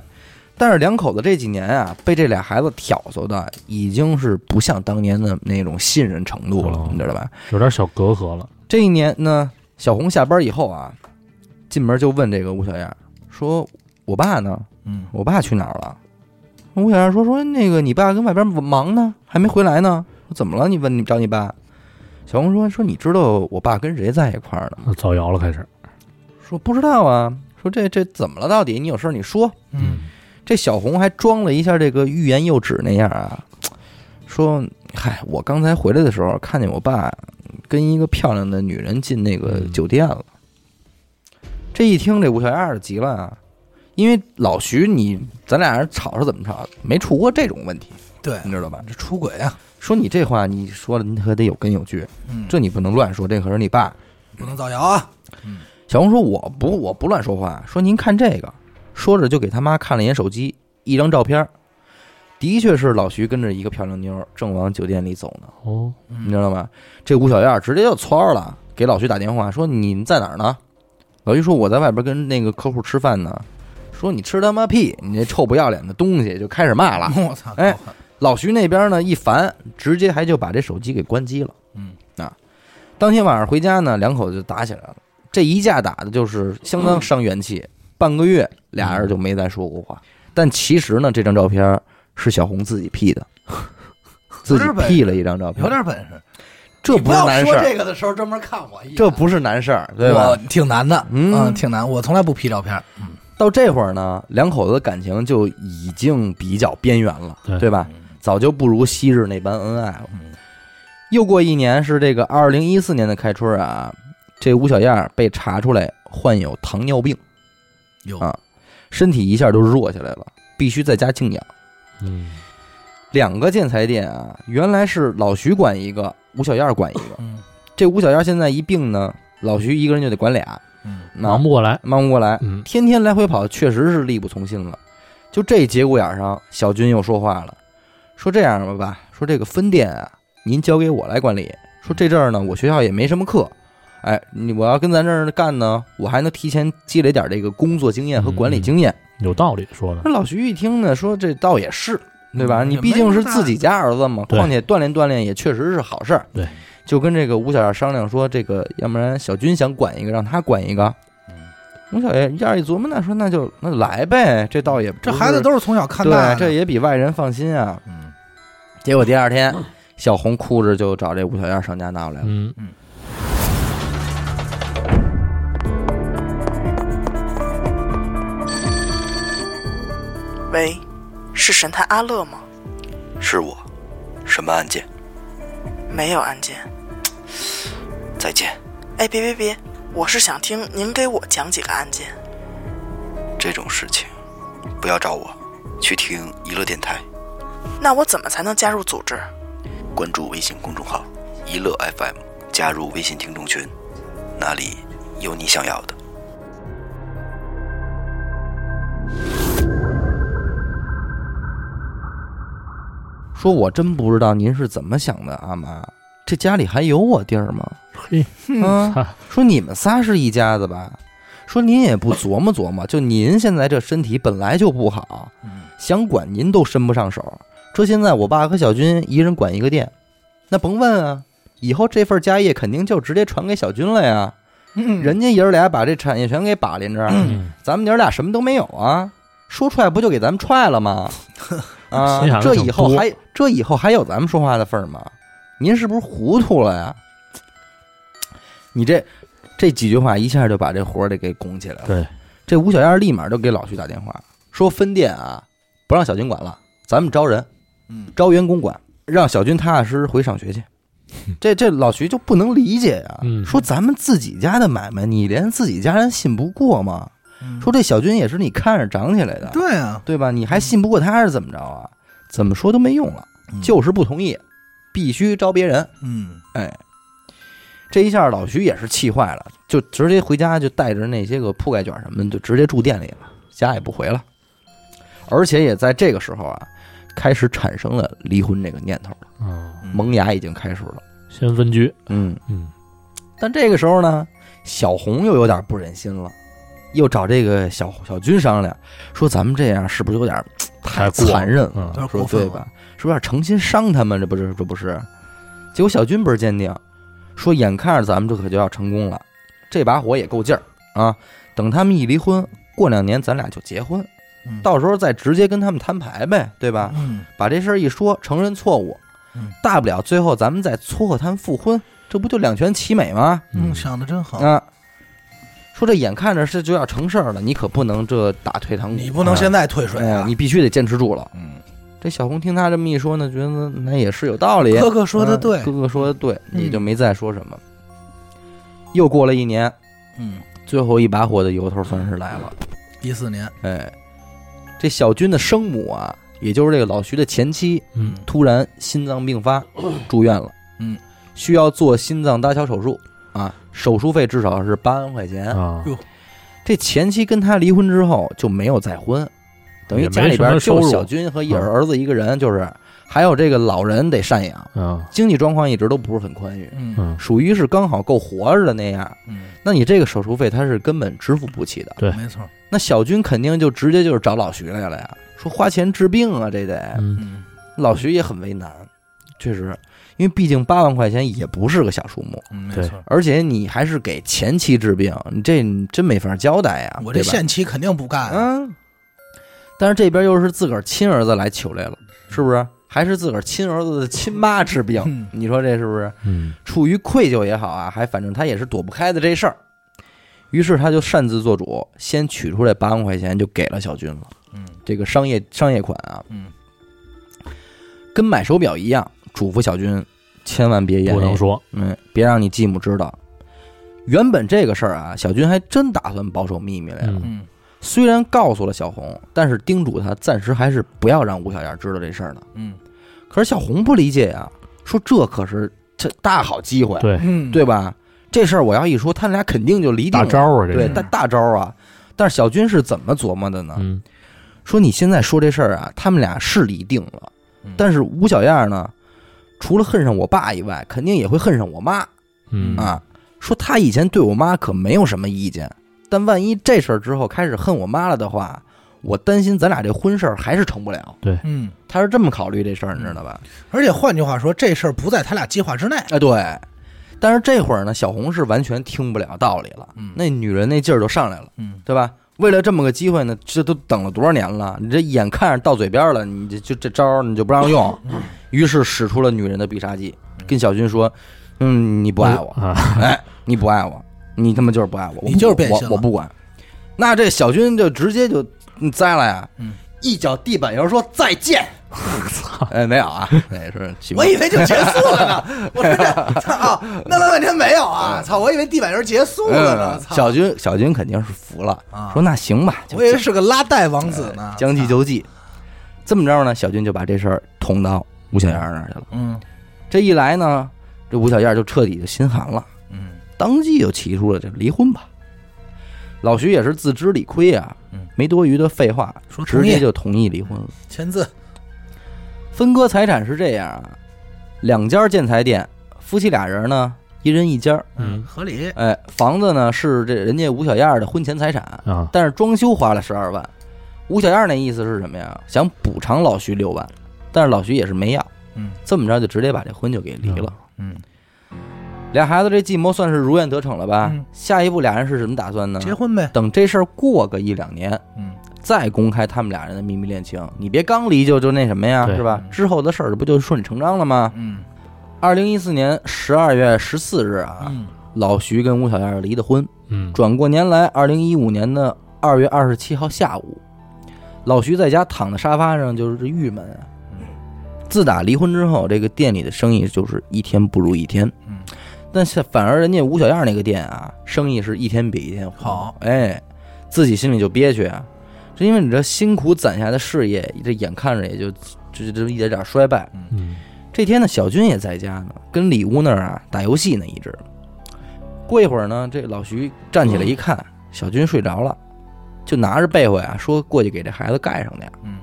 A: 但是两口子这几年啊，被这俩孩子挑唆的，已经是不像当年的那种信任程度了，
C: 哦
A: 你知道吧？
C: 有点小隔阂了。
A: 这一年呢，小红下班以后啊，进门就问这个吴小燕说：“我爸呢？
B: 嗯，
A: 我爸去哪儿了？”吴小燕说：“说那个你爸跟外边忙呢，还没回来呢。我怎么了？你问你找你爸？”小红说：“说你知道我爸跟谁在一块儿呢吗
C: 啊造谣了，开始。？”
A: 说不知道啊。说这这怎么了？到底你有事儿你说。
B: 嗯，
A: 这小红还装了一下这个欲言又止那样啊，说：“嗨，我刚才回来的时候看见我爸跟一个漂亮的女人进那个酒店了。”这一听，这吴小燕儿急了啊，因为老徐你咱俩人吵是怎么吵，没出过这种问题，
B: 对，
A: 你知道吧？
B: 这出轨啊，
A: 说你这话，你说的你可得有根有据，
B: 嗯，
A: 这你不能乱说，这可是你爸。
B: 不能造谣啊。
A: 小红说：“我不，我不乱说话。说您看这个。”说着就给他妈看了一眼手机，一张照片儿，的确是老徐跟着一个漂亮妞儿正往酒店里走呢，
C: 哦，
A: 你知道吗？这吴小燕儿直接就窜了，给老徐打电话说：“你们在哪儿呢？”老徐说：“我在外边跟那个客户吃饭呢。”说：“你吃他妈屁！你这臭不要脸的东西！”就开始骂了。
B: 我操，
A: 哎
B: 够狠，
A: 老徐那边呢一烦，直接还就把这手机给关机了。
B: 嗯
A: 啊，当天晚上回家呢，两口子就打起来了。这一架打的就是相当伤元气，
B: 嗯
A: 半个月俩人就没再说过话。但其实呢，这张照片是小红自己 P 的，自己 P 了一张照片
B: 有，点本事。
A: 这
B: 你不
A: 不是
B: 要
A: 难事
B: 说
A: 儿，
B: 这个的时候专门看我一眼，
A: 这不是难事儿，对
B: 我
A: 吧？
B: 挺难的，
A: 嗯
B: 挺难。我从来不 P 照片，嗯，
A: 到这会儿呢，两口子的感情就已经比较边缘了，
C: 对
A: 对吧？
B: 嗯
A: 早就不如昔日那般恩爱了。又过一年是这个二零一四年的开春啊，这吴小燕儿被查出来患有糖尿病，
B: 有
A: 啊身体一下就弱起来了，必须在家静养。
C: 嗯，
A: 两个建材店啊，原来是老徐管一个，吴小燕儿管一个。
B: 嗯
A: 这吴小燕儿现在一病呢，老徐一个人就得管俩，
B: 嗯，
A: 那
C: 忙不过来。
A: 忙不过来，
C: 嗯，
A: 天天来回跑，确实是力不从心了。就这节骨眼上，小军又说话了，说这样吧吧，说这个分店啊，您交给我来管理。说这阵儿呢，我学校也没什么课，哎，你我要跟咱这儿干呢，我还能提前积累点这个工作经验和管理经验。
C: 有道理说的。
A: 那老徐一听呢，说这倒也是，对吧？
B: 嗯
A: 你毕竟是自己家儿子嘛，
C: 对
A: 况且锻炼锻炼也确实是好事儿。
C: 对，
A: 就跟这个吴小燕商量说，这个要不然小军想管一个，让他管一个。
C: 嗯
A: 吴小燕燕一琢磨呢，说那就那来呗，这倒也不
B: 这
A: 是
B: 孩子都是从小看
A: 对，
B: 大的，
A: 这也比外人放心啊。
B: 嗯
A: 结果第二天，小红哭着就找这吴小燕上家闹来了。
C: 嗯，
D: 喂，是神探阿乐吗？
E: 是我，什么案件？
D: 没有案件。
E: 再见，
D: 哎，别别别，我是想听您给我讲几个案件。
E: 这种事情不要找我，去听娱乐电台，
D: 那我怎么才能加入组织？
E: 关注微信公众号“娱乐 FM”，加入微信听众群，那里有你想要的。
A: 说我真不知道您是怎么想的，阿妈，这家里还有我地儿吗？
C: 嘿，
A: 嗯，
C: 哈
A: 说你们仨是一家子吧？说您也不琢磨琢磨，就您现在这身体本来就不好，想管您都伸不上手。这现在我爸和小军一人管一个店，那甭问啊，以后这份家业肯定就直接传给小军了呀。
B: 嗯，
A: 人家爷儿俩把这产业全给把拎着，
C: 嗯
A: 咱们爷儿俩什么都没有啊，说出来不就给咱们踹了 吗？啊
C: 心眼，儿
A: 这
C: 挺
A: 以后
C: 多
A: 还这以后还有咱们说话的份儿吗？您是不是糊涂了呀？你这这几句话一下就把这活儿得给拱起来了。
C: 对，
A: 这吴小燕立马就给老徐打电话，说分店啊不让小军管了，咱们招人，
B: 嗯
A: 招员工管，让小军踏踏实实回上学去。这这老徐就不能理解呀、
C: 嗯
A: 说咱们自己家的买卖，你连自己家人信不过吗？说这小军也是你看着长起来的，
B: 嗯对啊，
A: 对吧？你还信不过他是怎么着啊？怎么说都没用了，
B: 嗯
A: 就是不同意，必须招别人。
B: 嗯
A: 哎，这一下老徐也是气坏了，就直接回家就带着那些个铺盖卷什么的，就直接住店里了，家也不回了。而且也在这个时候啊，开始产生了离婚这个念头了，
C: 啊，
B: 嗯
A: 萌芽已经开始了。
C: 先分居，
A: 嗯，
C: 嗯
A: 但这个时候呢，小红又有点不忍心了，又找这个小小军商量，说咱们这样是不是有点嘖
C: 太过了
A: 残忍
C: 嗯
B: 有点
A: 说
B: 过分
A: 对
B: 了
A: 吧？是不是有点诚心伤他们？这不是这不是？结果小军倍儿坚定，说眼看着咱们这可就要成功了，这把火也够劲儿啊！等他们一离婚，过两年咱俩就结婚，
B: 嗯
A: 到时候再直接跟他们摊牌呗，对吧？
B: 嗯
A: 把这事儿一说，承认错误
B: 嗯，
A: 大不了最后咱们再撮合他们复婚，这不就两全其美吗？
B: 嗯，想的真好，
A: 啊，说这眼看着是就要成事儿了，你可不能这打退堂鼓，
B: 你不能现在退
A: 嗯
B: 水
A: 哎呀
B: 啊，
A: 你必须得坚持住了。
B: 嗯，
A: 这小红听他这么一说呢，觉得那也是有道理，
B: 哥哥说的对
A: 啊，哥哥说的对，
B: 嗯
A: 也就没再说什么。又过了一年，
B: 嗯，
A: 最后一把火的由头算是来了。
B: 一四年，
A: 哎，这小军的生母啊，也就是这个老徐的前妻，
C: 嗯
A: 突然心脏病 发，住院了。
B: 嗯，
A: 需要做心脏搭桥手术啊，手术费至少是八万块钱。
C: 啊，
A: 这前妻跟他离婚之后就没有再婚，等于
C: 也没
A: 家里
C: 什
A: 边
C: 么收
A: 就
C: 入
A: 是小军和一
C: 嗯
A: 儿子一个人，就是还有这个老人得赡养，
C: 啊，
A: 经济状况一直都不是很宽裕，
B: 嗯
C: 嗯，
A: 属于是刚好够活着的那样。
B: 嗯，
A: 那你这个手术费他是根本支付不起的，
C: 对
B: 没错，
A: 那小军肯定就直接就是找老徐来了呀，说花钱治病啊，这得
C: 嗯，
B: 嗯
A: 老徐也很为难，确实，因为毕竟八万块钱也不是个小数目，
B: 嗯，没
C: 对
B: 错，
A: 而且你还是给前妻治病，你这你真没法交代呀，
B: 我这
A: 对吧
B: 限期肯定不干啊，
A: 嗯，但是这边又是自个儿亲儿子来求来了，是不是？还是自个儿亲儿子的亲妈治病？
B: 嗯
A: 你说这是不是
C: 嗯，
A: 处于愧疚也好啊？还反正他也是躲不开的这事儿。于是他就擅自做主，先取出来八万块钱就给了小军了，
B: 嗯
A: 这个商业商业款啊，
B: 嗯，
A: 跟买手表一样，嘱咐小军千万别言
C: 不能说，
A: 嗯，别让你继母知道。原本这个事儿啊，小军还真打算保守秘密来了，
C: 嗯
B: 嗯
A: 虽然告诉了小红，但是叮嘱她暂时还是不要让吴小燕知道这事儿呢。
B: 嗯
A: 可是小红不理解呀、说这可是这大好机会，啊
C: 对，
B: 嗯，
A: 对吧？这事儿我要一说，他俩肯定就离定
C: 大
A: 了
C: 招啊，这
A: 对
C: 是，
A: 大大招啊！但是小军是怎么琢磨的呢？
C: 嗯
A: 说你现在说这事儿啊，他们俩是离定了，
B: 嗯
A: 但是吴小燕呢，除了恨上我爸以外，肯定也会恨上我妈
C: 嗯
A: 啊。说她以前对我妈可没有什么意见，但万一这事儿之后开始恨我妈了的话，我担心咱俩这婚事儿还是成不了。
B: 嗯，
A: 她是这么考虑这事儿，你知道吧？
B: 而且换句话说，这事儿不在他俩计划之内，
A: 哎，对。但是这会儿呢，小红是完全听不了道理了，
B: 嗯
A: 那女人那劲儿就上来了，
B: 嗯
A: 对吧？为了这么个机会呢，这都等了多少年了？你这眼看着到嘴边了，你这就这招儿你就不让用，
B: 嗯
A: 于是使出了女人的必杀技，跟小军说：“嗯，你不爱我，
C: 啊，
A: 哎，你不爱我，你他妈就是不爱我，我不
B: 你就是变心了
A: 我，我不管。”那这小军就直接就嗯栽了呀，
B: 嗯
A: 一脚地板油说再见。哎，没有啊， 那是起码
B: 我以为就结束了呢，我说这操啊，弄了半天没有啊，操！我以为地板油结束了呢，
A: 嗯，
B: 操！
A: 小军小军肯定是服了，
B: 啊
A: 说那行吧，就
B: 我啊以为是个拉带王子呢，
A: 将计就计。这么着呢，小军就把这事儿捅到吴小燕那儿去了。
B: 嗯
A: 这一来呢，这吴小燕就彻底就心寒了，
B: 嗯
A: 当即就提出了这离婚吧。老徐也是自知理亏啊
B: 嗯，
A: 没多余的废话，
B: 说
A: 直
B: 同意
A: 接就同意离婚了。
B: 签字，
A: 分割财产是这样啊，两家建材店，夫妻俩人呢，一人一间儿。
C: 嗯
B: 合理，
A: 哎，房子呢是这人家吴小燕的婚前财产，
C: 啊，
A: 但是装修花了十二万。吴小燕那意思是什么呀？想补偿老徐六万，但是老徐也是没要。
B: 嗯
A: 这么着就直接把这婚就给离了。
B: 嗯，
A: 俩孩子这计谋算是如愿得逞了吧？
B: 嗯
A: 下一步俩人是什么打算呢？
B: 结婚呗，
A: 等这事儿过个一两年，
B: 嗯
A: 再公开他们俩人的秘密恋情。你别刚离就就那什么呀，
C: 对
A: 是吧？
B: 嗯
A: 之后的事儿不就顺理成章了吗？
B: 嗯
A: 二零一四年十二月十四日啊，
B: 嗯
A: 老徐跟吴小燕离的婚。
C: 嗯，
A: 转过年来，二零一五年的二月二十七号下午，老徐在家躺在沙发上就是郁闷啊
B: 嗯，
A: 自打离婚之后，这个店里的生意就是一天不如一天。
B: 嗯，
A: 但是反而人家吴小燕那个店啊，生意是一天比一天
B: 好。
A: 哎，自己心里就憋屈啊，是因为你这辛苦攒下的事业，这眼看着也就就就一点点衰败。
C: 嗯
A: 这天呢，小军也在家呢，跟里屋那儿啊打游戏呢，一直。过一会儿呢，这老徐站起来一看，小军睡着了，就拿着被窝呀、说过去给这孩子盖上点儿。
B: 嗯，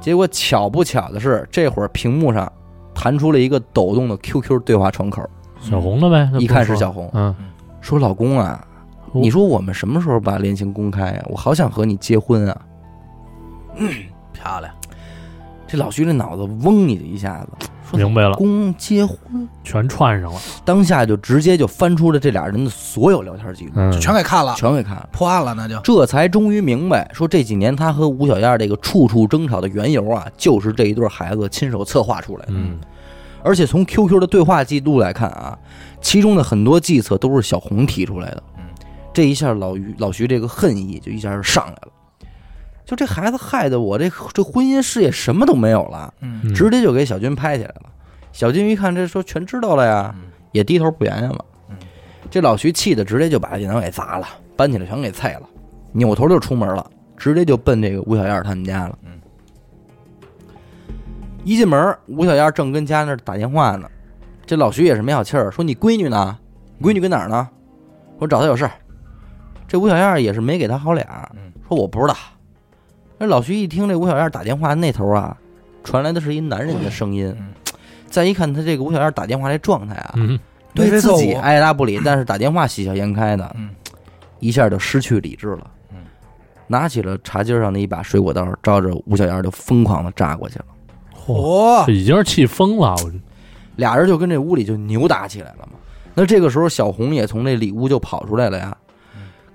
A: 结果巧不巧的是，这会儿屏幕上弹出了一个抖动的 QQ 对话窗口，
C: 小红了呗，那不
A: 一看是
C: 说
A: 小红，
C: 嗯，
A: 说：“老公啊，
C: 哦
A: 你说我们什么时候把恋情公开呀、啊我好想和你结婚 啊
B: 漂亮，！”
A: 这老徐这脑子嗡一一下子，说：“
C: 明白了，
A: 公结婚。”
C: 全串上了，
A: 当下就直接就翻出了这俩人的所有聊天记录，
C: 嗯，
B: 就全给看了，
A: 全给看了。
B: 破案了，那就
A: 这才终于明白，说这几年他和吴小燕这个处处争吵的缘由啊，就是这一对孩子亲手策划出来的。
C: 嗯
A: 而且从 QQ 的对话记录来看啊，其中的很多计策都是小红提出来的。
B: 嗯，
A: 这一下老于老徐这个恨意就一下就上来了，就这孩子害得我这这婚姻事业什么都没有了。
B: 嗯，
C: 嗯
A: 直接就给小军拍起来了。小军一看这说全知道了呀
B: 嗯，
A: 也低头不言言了
B: 嗯。
A: 这老徐气的直接就把电脑给砸了，搬起来全给碎了，扭头就出门了，直接就奔这个吴小燕他们家了
B: 嗯。
A: 一进门，吴小燕正跟家那儿打电话呢，这老徐也是没好气儿，说你闺女呢？
B: 嗯
A: 你闺女跟哪儿呢？我找她有事儿。这吴小燕也是没给他好脸儿
B: 嗯，
A: 说我不知道。那老徐一听这吴小燕打电话那头啊，传来的是一男人的声音
B: 嗯。
A: 再一看他这个吴小燕打电话这状态啊，
C: 嗯，
A: 对
B: 没
A: 自
B: 错
A: 己
B: 误
A: 爱答不理，但是打电话喜笑颜开的
B: 嗯，
A: 一下就失去理智了
B: 嗯。
A: 拿起了茶几上的一把水果刀，照着吴小燕就疯狂的扎过去了。
C: 嚯，
B: 嚯
C: 这，已经是气疯了，我
A: 俩人就跟这屋里就扭打起来了嘛。那这个时候，小红也从这里屋就跑出来了呀，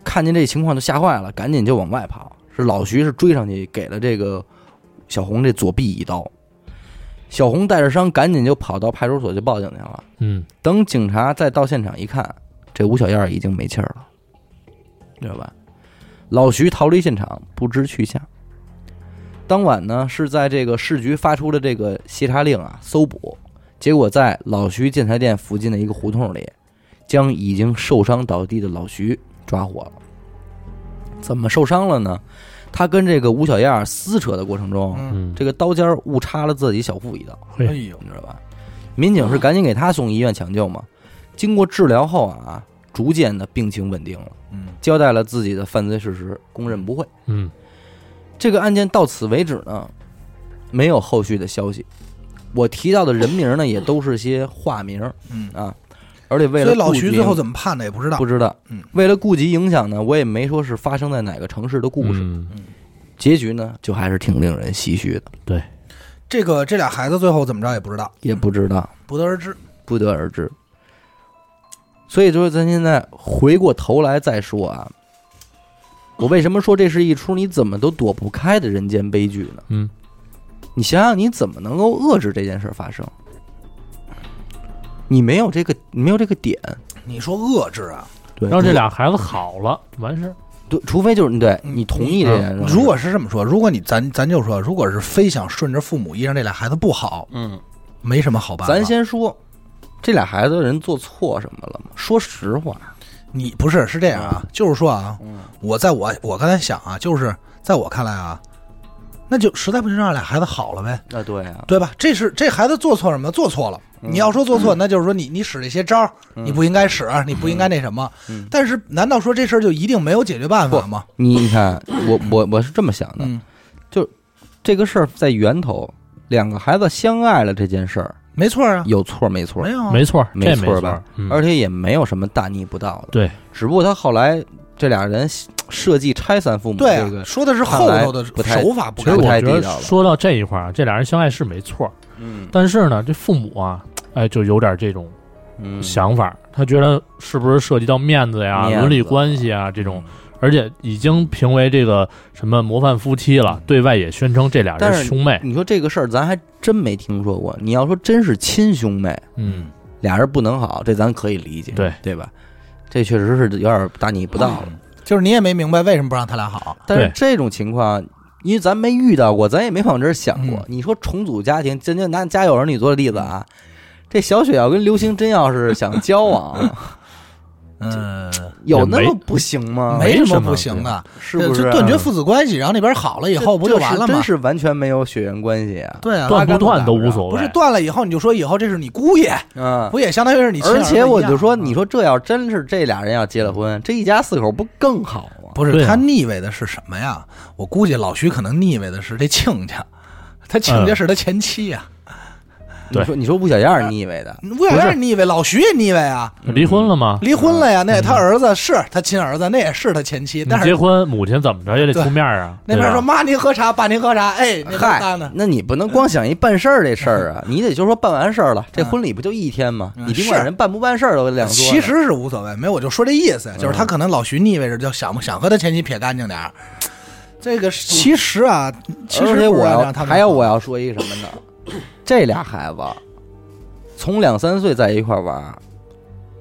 A: 看见这情况就吓坏了，赶紧就往外跑。是老徐是追上去，给了这个小红这左臂一刀。小红带着伤，赶紧就跑到派出所去报警去了。
C: 嗯，
A: 等警察再到现场一看，这吴小燕儿已经没气儿了，知道吧？老徐逃离现场，不知去向。当晚呢，是在这个市局发出的这个协查令啊，搜捕，结果在老徐建材店附近的一个胡同里，将已经受伤倒地的老徐抓获了。怎么受伤了呢？他跟这个吴小燕儿撕扯的过程中，
B: 嗯，
C: 嗯，
A: 这个刀尖儿误插了自己小腹一刀。
C: 对
B: 哎呦，
A: 你知道吧？民警是赶紧给他送医院抢救嘛。经过治疗后啊，逐渐的病情稳定了，
B: 嗯，
A: 交代了自己的犯罪事实，供认不讳。
C: 嗯，
A: 这个案件到此为止呢，没有后续的消息。我提到的人名呢，也都是些化名
B: 嗯，
A: 啊，而且为
B: 所
A: 了
B: 以老
A: 顾及
B: 徐最后怎么判的也不知道
A: 不，知道
B: 嗯，
A: 为了顾及影响呢，我也没说是发生在哪个城市的故事。
C: 嗯
A: 结局呢，就还是挺令人唏嘘的，
B: 这个这俩孩子最后怎么着也不知道，
A: 也不知道。
B: 不得而知。
A: 不得而知。所以说，咱现在回过头来再说啊，我为什么说这是一出你怎么都躲不开的人间悲剧呢？
C: 嗯，
A: 你想想，你怎么能够遏制这件事儿发生？你没有这个，你没有这个点，
B: 你说遏制啊？
A: 对
C: 让这俩孩子好了，完事儿，
A: 对，除非就是你对
B: 嗯
A: 你同意这件事儿，
B: 如果是这么说，如果你咱咱就说，如果是非想顺着父母意让这俩孩子不好，
A: 嗯，
B: 没什么好办法。
A: 咱先说这俩孩子的人做错什么了吗？说实话，
B: 你不是是这样
A: 嗯
B: 啊，就是说啊，我在我我刚才想啊，就是在我看来啊，那就实在不行让俩孩子好了呗，
A: 那对啊，
B: 对吧？这是这孩子做错什么？做错了。
A: 嗯
B: 你要说做错，那就是说你你使这些招儿，你不应该使，你不应该那什么。
A: 嗯
B: 但是难道说这事儿就一定没有解决办法吗？
A: 你你看，我我我是这么想的，
B: 嗯，
A: 这个事儿在源头，两个孩子相爱了这件事儿
B: 没错啊，
A: 有错没错
B: 没？有啊
C: 没错，这
A: 没
C: 没
A: 错吧？
C: 嗯
A: 而且也没有什么大逆不道的，
C: 对，
A: 只不过他后来这俩人设计拆散父母
B: 对
A: 这
B: 啊，
A: 个，
B: 说的是
A: 看
B: 后
A: 来
B: 头的
A: 不太
B: 手法不
A: 其
C: 其
A: 实
B: 干
C: 实
A: 不
C: 我
A: 太
C: 觉
A: 地
C: 得
A: 道了
C: 说到这一块儿啊，这俩人相爱是没错儿，
A: 嗯
C: 但是呢，这父母啊，哎，就有点这种
A: 嗯
C: 想法儿，他觉得是不是涉及到面子呀、
A: 面子
C: 伦理关系啊
A: 这
C: 这种，而且已经评为这个什么模范夫妻了，对外也宣称这俩
A: 但
C: 人
A: 是
C: 是兄
B: 嗯
C: 妹。
A: 你说这个事儿，咱还真没听说过。你要说真是亲兄妹，
C: 嗯，
A: 俩人不能好，这咱可以理解，
C: 对
A: 对吧？这确实是有点大逆不道了。
B: 就是你也没明白为什么不让他俩好。
A: 但是
C: 对
A: 这种情况，因为咱没遇到过，咱也没往这儿想
B: 嗯
A: 过。你说重组家庭，真就拿家有儿女做例子啊，这小雪要跟刘星真要是想交往，
B: 嗯，
A: 有那么不行吗？哎
B: 没
C: 没
B: 么
C: 什么
B: 不行的，
A: 是不？
B: 就是断绝父子关系，然后那边好了以
A: 这
B: 后不就
A: 这是
B: 完了
A: 真
B: 吗？
A: 是完全没有血缘关系啊！
B: 对啊，
C: 断不断都无
B: 谓。
C: 所
B: 不
C: 谓。
B: 是断了以后，你就说以后这是你姑爷，
A: 嗯，
B: 不也相当于是你亲儿子
A: 而
B: 啊一
A: 且
B: 样？啊
A: 我就说，你说这要真是这俩人要结了婚，这一家四口不更好吗？
B: 不是
C: 对啊
B: 他腻味的是什么呀？我估计老徐可能腻味的是这亲家，他亲家是他前妻啊呀、
A: 你说你说吴小燕儿腻歪的，
B: 吴小燕腻味，老徐也腻味啊，
A: 嗯
C: 离婚了吗？
B: 离婚了呀，那也他儿子是他亲儿子，那也是他前
A: 嗯
B: 妻，
C: 你
B: 但
C: 结
B: 是
C: 婚，母亲怎么着也得出面啊。
B: 那
C: 对
B: 边
C: 吧
B: 说妈您喝茶，爸您喝茶，哎，那边
A: 嗨
B: 搭呢，？
A: 那你不能光想一办事儿这事 儿啊，你得就说办完事儿了，这
B: 嗯
A: 婚礼不就一天吗？
B: 嗯
A: 你甭管
B: 是
A: 人办不办事儿都两说呢。
B: 其实是无所谓，没有我就说这意
A: 嗯
B: 思，就是他可能老徐腻味着，就想不想和他前妻撇干净点儿。这个是其实啊，其
A: 嗯而
B: 实
A: 且
B: 不
A: 我
B: 然
A: 要
B: 让他们
A: 还有我要说一个什么呢？ 这俩孩子从两三岁在一块儿玩，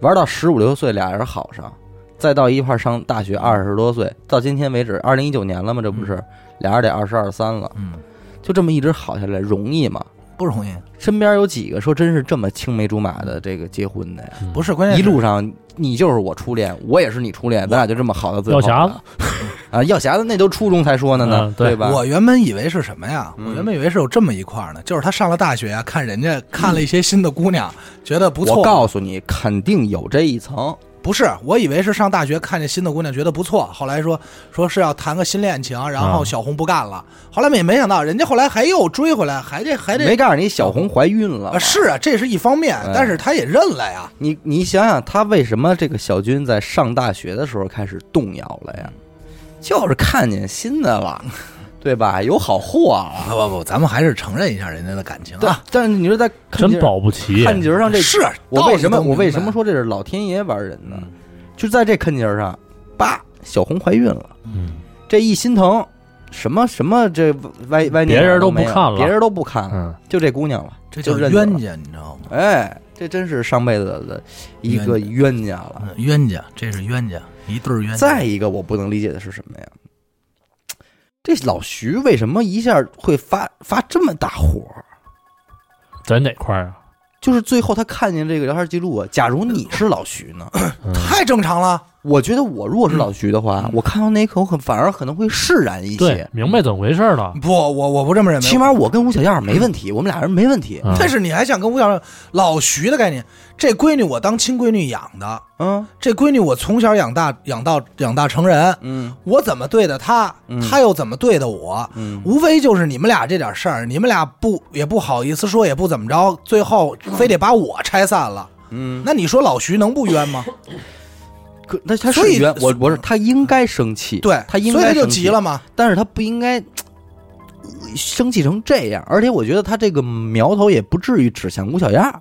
A: 玩到十五六岁俩人好上，再到一块儿上大学二十多岁，到今天为止二零一九年了嘛，这不是俩人得二十二三了，
B: 嗯，
A: 就这么一直好下来容易吗？
B: 不容易，
A: 身边有几个说真是这么青梅竹马的这个结婚的呀？
B: 不是关键
A: 一
B: 是
A: 路上你就是我初恋，我也是你初恋，咱俩就这么好到最后
C: 药匣子
A: 了 啊！药匣子那都初中才说呢呢，
C: 嗯对
A: 吧？
B: 我原本以为是什么呀？
A: 嗯
B: 我原本以为是有这么一块儿呢，就是他上了大学啊，看人家看了一些新的姑娘，觉得不错。
A: 我告诉你，肯定有这一层。
B: 不是，我以为是上大学看见新的姑娘觉得不错，后来说说是要谈个新恋情，然
A: 嗯
B: 后
C: 啊
B: 小红不干了。后来也没想到，人家后来还又追回来，还这还哎这
A: 没告诉你小红怀孕了吗
B: 啊是啊，这是一方面，
A: 哎
B: 但是他也认了呀。
A: 你你想想，他为什么这个小军在上大学的时候开始动摇了呀？就是看见新的了，对吧？有好货了。
B: 不不不，咱们还是承认一下人家的感情
A: 但
B: 啊。
A: 但是你说在看
C: 真
A: 节
C: 保不齐。
A: 看节上这
B: 是啊
A: 我为什么
B: 道理都明白嗯
A: 我为什么说这是老天爷玩人呢？就在这坑节上，叭，小红怀孕了，
C: 嗯，
A: 这一心疼，什么什么这歪歪扭扭
C: 别人都
A: 没有
C: 不看了
A: 别人都不看了，
C: 嗯
A: 就这姑娘了，
B: 这
A: 就
B: 叫
A: 认
B: 冤
A: 家。
B: 家，你知道吗？
A: 哎，这真是上辈子的一个冤家了。
B: 嗯冤家，这是冤家，一对儿冤家。
A: 再一个，我不能理解的是什么呀？这老徐为什么一下会发发这么大火？
C: 在哪块儿啊？
A: 就是最后他看见这个聊天记录啊，假如你是老徐呢？
C: 嗯
B: 太正常了。
A: 我觉得我如果是
B: 嗯
A: 老徐的话，我看到那一刻，我可反而可能会释然一
C: 对
A: 些，。嗯
C: 明白怎么回事了。
B: 不，我我不这么认为。
A: 起码我跟吴小燕没问题，我们俩人没问题。
C: 嗯
B: 但是你还想跟吴小燕老徐的概念，这闺女我当亲闺女养的，
A: 嗯
B: 这闺女我从小养大，养到养大成人，
A: 嗯
B: 我怎么对的她，
A: 嗯
B: 她又怎么对的我，
A: 嗯，
B: 无非就是你们俩这点事儿，你们俩不也不好意思说，也不怎么着，最后非得把我拆散了。
A: 嗯，
B: 那你说老徐能不冤吗？
A: 可那他
B: 所
A: 是
B: 以
A: 冤，我我是他应该生气，
B: 对，
A: 他应
B: 所以
A: 该
B: 他就
A: 生气嗯
B: 急了嘛。
A: 但是他不应该呃生气成这样，而且我觉得他这个苗头也不至于指向吴小燕儿。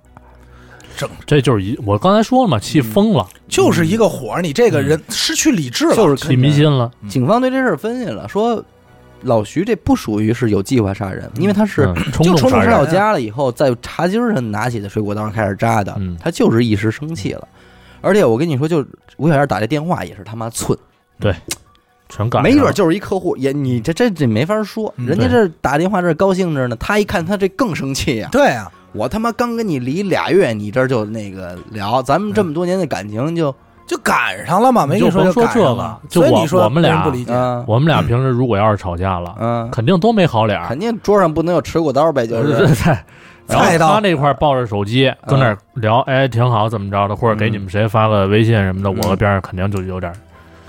C: 这就是一，我刚才说了嘛，
A: 嗯
C: 气疯了，
B: 就是一个火儿，你这个人失去理智了。
A: 就是嗯
C: 气迷心了。
A: 警方对这事儿分析了，说老徐这不属于是有计划杀人，因为他是
C: 嗯冲
A: 就冲动
C: 动杀
A: 杀
C: 人
A: 到家了以后，在茶几儿上拿起的水果刀开始扎的
C: 嗯，
A: 他就是一时生气了。而且我跟你说，就是吴小燕打这电话也是他妈寸，
C: 全赶上
A: 没准就是一客户，也你这这这没法说，
B: 嗯
A: 人家这打电话这高兴着呢，他一看他这更生气呀、
B: 对啊，
A: 我他妈刚跟你离俩月，你这儿就那个聊，咱们这么多年的感情就
B: 就赶上了嘛，没
C: 你
B: 跟
C: 就
B: 说
C: 甭说
B: 赶上
C: 这
B: 了
C: 个就
B: 所以
C: 我
B: 你说
C: 我们俩
B: 为什么不理解，
A: 啊
C: 我们俩平时如果要是吵架了，
A: 嗯，
C: 肯定都没好 脸儿。
A: 肯定桌上不能有持果刀呗，就是
C: 然
B: 菜
C: 后
B: 刀
C: 他那块儿抱着手机跟那儿聊，哎，挺好，怎么着的，或者给你们谁发个微信什么的，
A: 嗯
C: 我边上肯定就有点儿，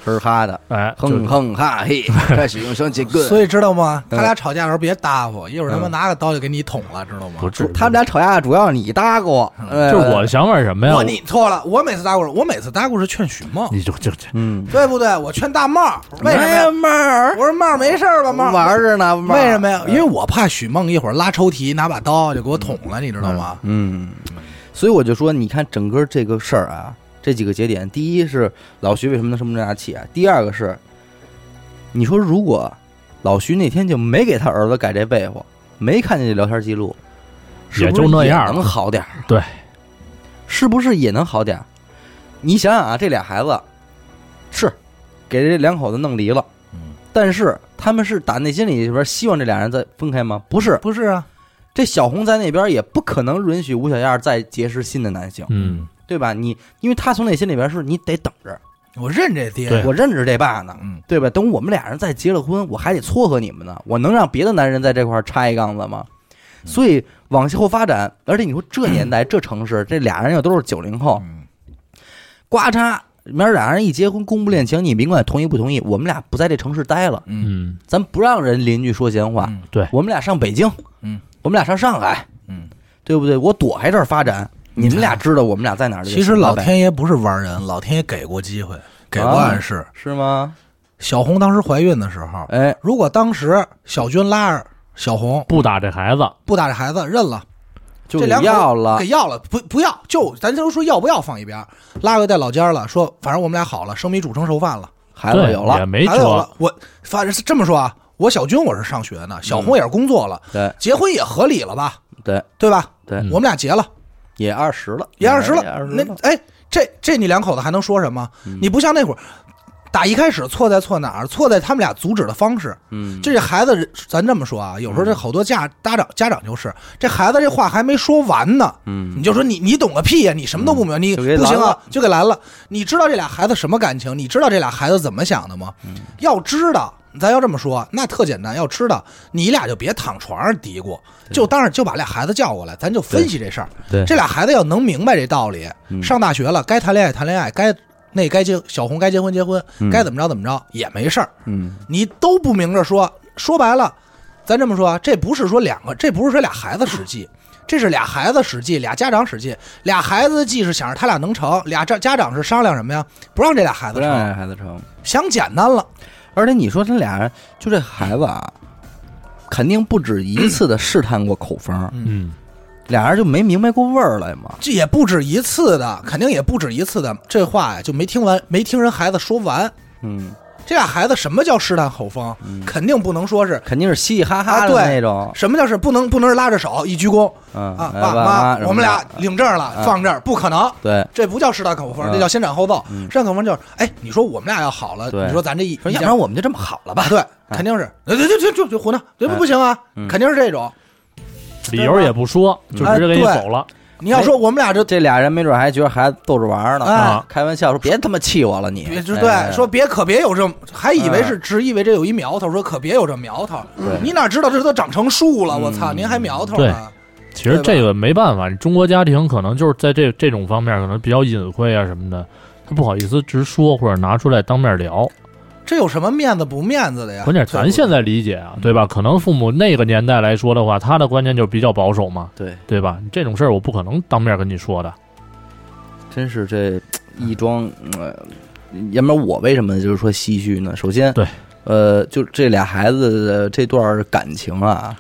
A: 吭儿哈的，
C: 哎，就
A: 哼哼哈嘿，开始用双截棍。
B: 所以知道吗？
A: 嗯
B: 他俩吵架的时候别搭伙，一会儿他妈
A: 嗯
B: 拿个刀就给你捅了，知道吗
C: 不？至于。
A: 他们俩吵架主要是你搭过我，
C: 就
A: 就是
C: 我的想法是什么呀
B: 我？你错了，我每次搭伙，我每次搭伙是劝许梦
C: 我，你就就就
A: 嗯，
B: 对不对？我劝大帽，为什么呀？
A: 妹哎儿
B: 我说帽没事儿吧，帽
A: 玩儿着呢，妹儿
B: 为什么呀？因为我怕许梦一会儿拉抽屉拿把刀就给我捅了，你知道吗？
A: 嗯，所以我就说，你看整个这个事儿啊，这几个节点，第一是老徐为什么能这么大气啊？第二个是，你说如果老徐那天就没给他儿子改这被窝，没看见这聊天记录，是
C: 也
A: 不是
C: 就那样
A: 也
C: 了
A: 能好点儿啊？
C: 对，
A: 是不是也能好点儿？你想想啊，这俩孩子是给这两口子弄离了，
B: 嗯，
A: 但是他们是打内心里边希望这俩人再分开吗？不是，
B: 不是啊，
A: 这小红在那边也不可能允许吴小燕再结识新的男性，
C: 嗯，
A: 对吧？你因为他从内心里边是你得等着，
B: 我认这
C: 对
B: 爹，
A: 我认识这爸呢，
B: 嗯，
A: 对吧？等我们俩人再结了婚，我还得撮合你们呢，我能让别的男人在这块儿插一杠子吗？所以往后发展，而且你说这年代、这城市，这俩人又都是九零后，
B: 嗯
A: 呱嚓，明儿俩人一结婚，公布恋情，你甭管同意不同意，我们俩不在这城市待了，
C: 嗯，
A: 咱不让人邻居说闲话，
B: 嗯
C: 对
A: 我们俩上北京，
B: 嗯，
A: 我们俩上上海，
B: 嗯，
A: 对不对？我躲开这儿发展，你们俩知道我们俩在哪儿就行
B: 其实
A: 了
B: 老
A: 呗
B: 天爷不是玩人，老天爷给过机会，给过
A: 啊
B: 暗示。
A: 是吗？
B: 小红当时怀孕的时候，
A: 哎，
B: 如果当时小军拉着小红
C: 不打这孩子，
B: 不打这孩子认了，
A: 就
B: 这两口
A: 要了
B: 给，要了，不不要，就咱就说要不要放一边儿，拉回带老家了，说反正我们俩好了，生米煮成熟饭了，
A: 孩子
C: 对
A: 有了
C: 也，没
B: 孩子有
C: 辙，
B: 了，我反正是这么说啊，我小军我是上学呢，小红也是工作了，
A: 对
B: 结婚也合理了吧，
A: 对
B: 对吧？
A: 对，
C: 嗯
B: 我们俩结了，
A: 也二十了，
B: 也二十
A: 也
B: 了
A: 二，十
B: 那哎，这这你两口子还能说什么？你不像那会儿。打一开始错在错哪儿？错在他们俩阻止的方式。
A: 嗯，
B: 这孩子，咱这么说啊，有时候这好多家家长家长就是，这孩子这话还没说完呢，
A: 嗯
B: 你就说你你懂个屁呀、你什么都不明白，你
A: 就给
B: 不行
A: 拦
B: 啊
A: 了，
B: 就给拦了。你知道这俩孩子什么感情？你知道这俩孩子怎么想的吗？要知道，咱要这么说，那特简单。要知道，你俩就别躺床上嘀咕，就当然就把俩孩子叫过来，咱就分析这事儿。
A: 对
B: 这俩孩子要能明白这道理，
A: 嗯
B: 上大学了该谈恋爱谈恋爱，该那该结小红该结婚结婚，该怎么着怎么着也没事儿。
A: 嗯
B: 你都不明着说，说白了，咱这么说啊，这不是说两个，这不是说俩孩子使计，这是俩孩子使计，俩家长使计，俩孩子计是想着他俩能成，俩这家长是商量什么呀？不让这俩孩
A: 不
B: 子
A: 让
B: 成，
A: 这孩子成，
B: 想简单了，
A: 而且你说他俩人就这孩子啊，肯定不止一次的试探过口风，
C: 嗯，
A: 俩人就没明白过味儿来嘛。
B: 这也不止一次的，肯定也不止一次的，这话呀就没听完，没听人孩子说完。
A: 嗯，
B: 这俩孩子什么叫试探口风？肯定不能说是
A: 肯定是嘻嘻哈哈的
B: 啊对
A: 嗯那种。
B: 什么叫是不能不能是拉着手一鞠躬
A: 嗯
B: 啊，
A: 哎
B: 爸
A: 妈什么的，嗯
B: 我们俩领证了，放这儿不可能。
A: 对，
B: 这不叫试探口风，
A: 嗯
B: 这叫先斩后奏。试探口风就是，哎，你说我们俩要好了，
A: 对
B: 你说咱这一，
A: 说
B: 一
A: 要
B: 家
A: 不然我们就这么好了吧？
B: 对，肯定是，对对对对，就就胡闹，这不
A: 哎
B: 不行啊，
A: 嗯
B: 肯定是这种。
C: 理由也不说，就直接给你
B: 哎对
C: 走了，
B: 你要说我们俩这，
A: 这俩人没准还觉得孩子逗着玩儿呢，啊
B: 哎
A: 开玩笑说别他妈气我了你，
B: 别就
A: 哎
B: 对，说别可别有这，还以为
A: 哎
B: 是只以为这有一苗头，说可别有这苗头
A: 对。嗯
B: 你哪知道这都长成树了？我操，您还苗头呢？
C: 其实这个没办法，中国家庭可能就是在这这种方面可能比较隐晦啊什么的，他不好意思直说或者拿出来当面聊。
B: 这有什么面子不面子的呀？
C: 关键是
B: 啊对嗯
C: 咱
B: 不
C: 现在理解啊，对吧？可能父母那个年代来说的话，他的观念就比较保守嘛，
A: 对，
C: 对吧？这种事儿我不可能当面跟你说的。
A: 真是这一桩，呃，要不然我为什么就是说唏嘘呢？首先，
C: 对，
A: 呃，就这俩孩子的这段感情啊，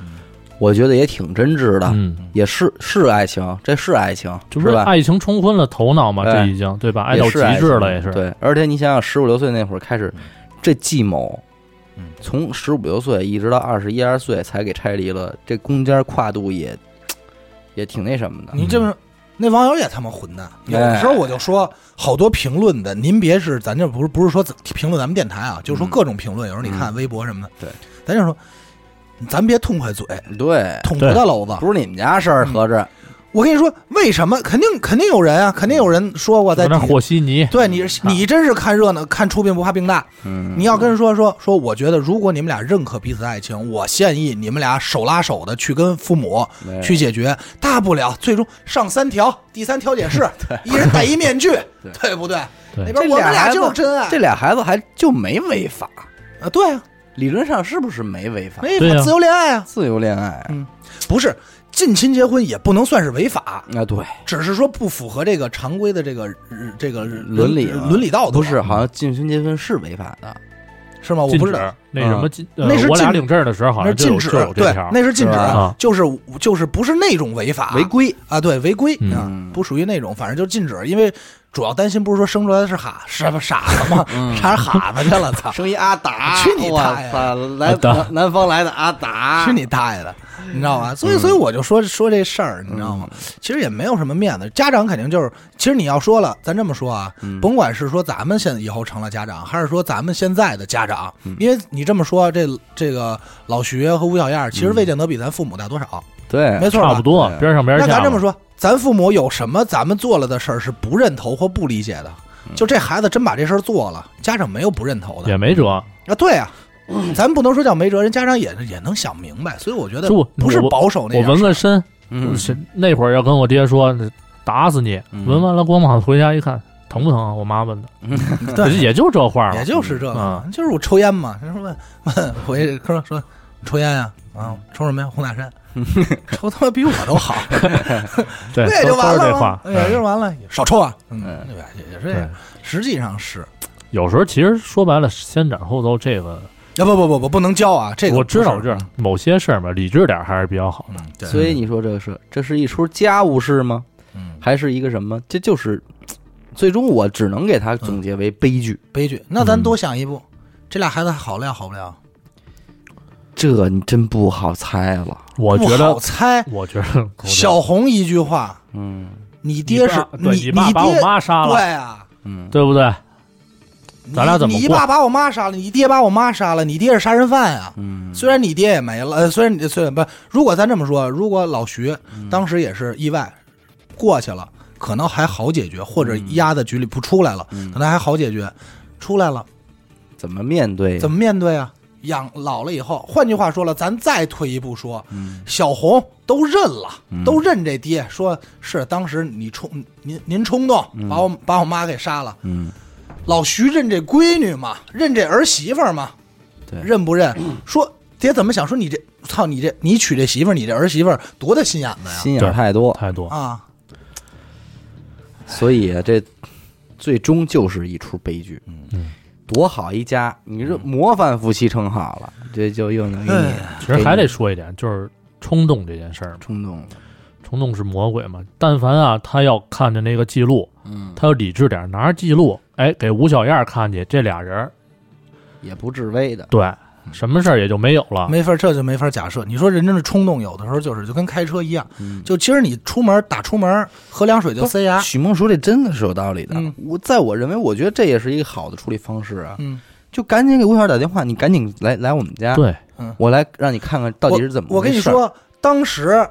A: 我觉得也挺真挚的，
C: 嗯，
A: 也是是爱情，这是爱情，
C: 这
A: 是
C: 不是
A: 吧？
C: 爱情冲昏了头脑嘛？
A: 哎
C: 这已经对吧？爱
A: 也
C: 到极
A: 是爱
C: 致
A: 情
C: 了，也是。嗯
A: 对，而且你想想，十五六岁那会儿开始，这计谋
B: 嗯。
A: 从十五六岁一直到二十一二岁才给拆离了，这中间跨度也也挺那什么的。
B: 你这么。那网友也他妈混蛋，有的
A: 哎
B: 时候我就说，好多评论的，您别是咱这不是不是说评论咱们电台啊，就是说
A: 嗯
B: 各种评论，有时候你看微博什么的，
A: 对，
B: 咱就说，咱别痛快嘴，
A: 对，
B: 捅不到娄子。
A: 不是你们家事儿，合着
B: 我跟你说，为什么？肯定肯定有人啊，肯定有人说过在
C: 在那啊
B: 底下。
C: 和稀泥，
B: 对你，你真是看热闹，看出病不怕病大。
A: 嗯
B: 你要跟人说说说，我觉得如果你们俩认可彼此的爱情，我建议你们俩手拉手的去跟父母
C: 嗯哎
A: 对
B: 去解决，大不了最终上三条，第三调解 室，一人戴一面具，
A: 对
B: 对不对？
C: 对
B: 那边我们俩就是真爱，
A: 这俩孩子还就没违法，
B: 啊，对啊，
A: 理论上是不是没违法？
B: 没
C: 对啊
B: 自由恋爱啊，
A: 自由恋爱
B: 不是近亲结婚也不能算是违法，
A: 啊，对，
B: 只是说不符合这个常规的这个呃这个
A: 伦理啊
B: 伦理道德，
A: 不是，好像近亲结婚是违法的，
B: 是吗？我
C: 禁
B: 不
C: 止
B: 知道，嗯
C: 那什么禁，呃
B: 那是
C: 我俩
B: 禁
C: 领证的时候好
B: 那是
C: 像就
B: 禁
C: 有
B: 止
C: 就有，这
B: 对
C: 条儿，。
B: 那是禁止
A: 是吧
C: 啊，
B: 就是就是不是那种违法
A: 违规。
B: 啊，对，违规
C: 嗯
B: 啊，不属于那种，反正就是禁止，因为。主要担心不是说生出来的是哈什么傻子吗？
C: 嗯
B: 啥是哈子去了？操！
A: 生一阿达
B: 去你大爷
A: 我操来
C: 阿达
A: 南南方来的阿达，
B: 去你大爷的！你知道吗？所以，所以我就说说这事儿，你知道吗？其实也没有什么面子，家长肯定就是，其实你要说了，咱这么说啊，甭管是说咱们现在以后成了家长，还是说咱们现在的家长，因为你这么说，这这个老徐和吴小燕儿，其实未见得比咱父母大多少，
A: 对，
B: 没错吧，
C: 差不多
A: 对
C: 边上边
B: 那
C: 下吧。
B: 咱这么说，咱父母有什么咱们做了的事儿是不认同或不理解的？就这孩子真把这事儿做了，家长没有不认同的
C: 也没辙，
B: 啊？对啊，咱不能说叫没辙，人家长也也能想明白。所以我觉得
C: 就我
B: 不是保守那
C: 我
B: 点儿
C: 纹
B: 事儿
C: 个身，
A: 嗯
C: 是那会儿要跟我爹说打死你，
A: 嗯
C: 纹完了光膀子回家一看疼不疼啊？我妈 问的，
B: 对
C: 也就这话
B: 也
C: 了。
B: 就是这个
C: 嗯，
B: 就是我抽烟嘛。人说问问回说说你抽烟呀？啊，抽什么呀？红塔 山，抽他妈比我都好，
C: 对，
B: 不也就
C: 都都
B: 完
C: 是
B: 了
C: 这话
B: 吗？。也就
C: 嗯哎
B: 完了，少抽啊。嗯
A: 嗯，
B: 对吧？也也是这样
C: 对。
B: 实际上是
C: 有时候其实说白了，先斩后奏这个
B: 啊，不不不不，不能教啊。这个
C: 我知
B: 不
C: 道，我
B: 是
C: 知道，某些事儿嘛，理智点儿还是比较好。
B: 嗯，对
A: 所以你说这个是这是一出家务事吗？
B: 嗯，
A: 还是一个什么？这就是，最终我只能给他总结为悲剧。
B: 悲剧。那咱
C: 嗯
B: 多想一步，这俩孩子好不了，好不了。
A: 这你真不好猜了。
C: 我觉
B: 不
C: 得
B: 好，猜。
C: 我觉得
B: 小红一句话，
A: 嗯
B: 你
C: 你
B: 爹
C: 爸
B: 是
C: 对
B: 你
C: 爸把我
B: 爹
C: 妈杀了，
B: 对哦啊，
A: 嗯，
C: 对不对？
B: 你
C: 咱俩怎么
B: 你
C: 过
B: 爸把我妈杀了，你爹把我妈杀了，你爹是杀人犯啊。
A: 嗯
B: 虽然你爹也没了，呃，虽然你虽然不，如果咱这么说，如果老徐
C: 嗯
B: 当时也是意外过去了，可能还好解决，或者
C: 嗯
B: 压在局里不出来了，
A: 嗯
B: 可能还好解决。出来了
A: 怎么面对？
B: 怎
A: 么
B: 么面对啊？养老了以后，换句话说了，咱再退一步说，
A: 嗯
B: 小红都认了，
A: 嗯
B: 都认这爹，说是当时你冲您您冲动
C: 嗯
B: 把我、把我妈给杀了。
A: 嗯
B: 老徐认这闺女嘛，认这儿媳妇儿嘛，
A: 对
B: 认不 认？说爹怎么想？说你这操你这你娶这媳妇儿，你这儿媳妇儿多大心眼子呀？
A: 心眼儿太多，
C: 太多，
B: 啊，
A: 所以啊这最终就是一出悲剧。嗯，多好一家，你这模范夫妻称号了，这就又能给你
C: 其实还得说一点，就是冲动这件事儿嘛，
A: 冲动了。
C: 冲动是魔鬼嘛。但凡啊，他要看着那个记录，
A: 嗯，
C: 他要理智点儿，拿着记录，哎，给吴小燕儿看去，这俩人儿
A: 也不至威的。
C: 对什么事儿也就没有
A: 啊
C: 了。
B: 没法，这就没法假设。你说人真的冲动，有的时候就是就跟开车一样，
A: 嗯
B: 就其实你出门打出门喝凉水就塞牙，
A: 许梦说这真的是有道理的
B: 啊嗯。
A: 我在我认为，我觉得这也是一个好的处理方式啊。
B: 嗯，
A: 就赶紧给吴小燕打电话，你赶紧来来我们家，
C: 对，
A: 我来让你看看到底是怎么
B: 我？我跟你
A: 回事儿，
B: 说，当时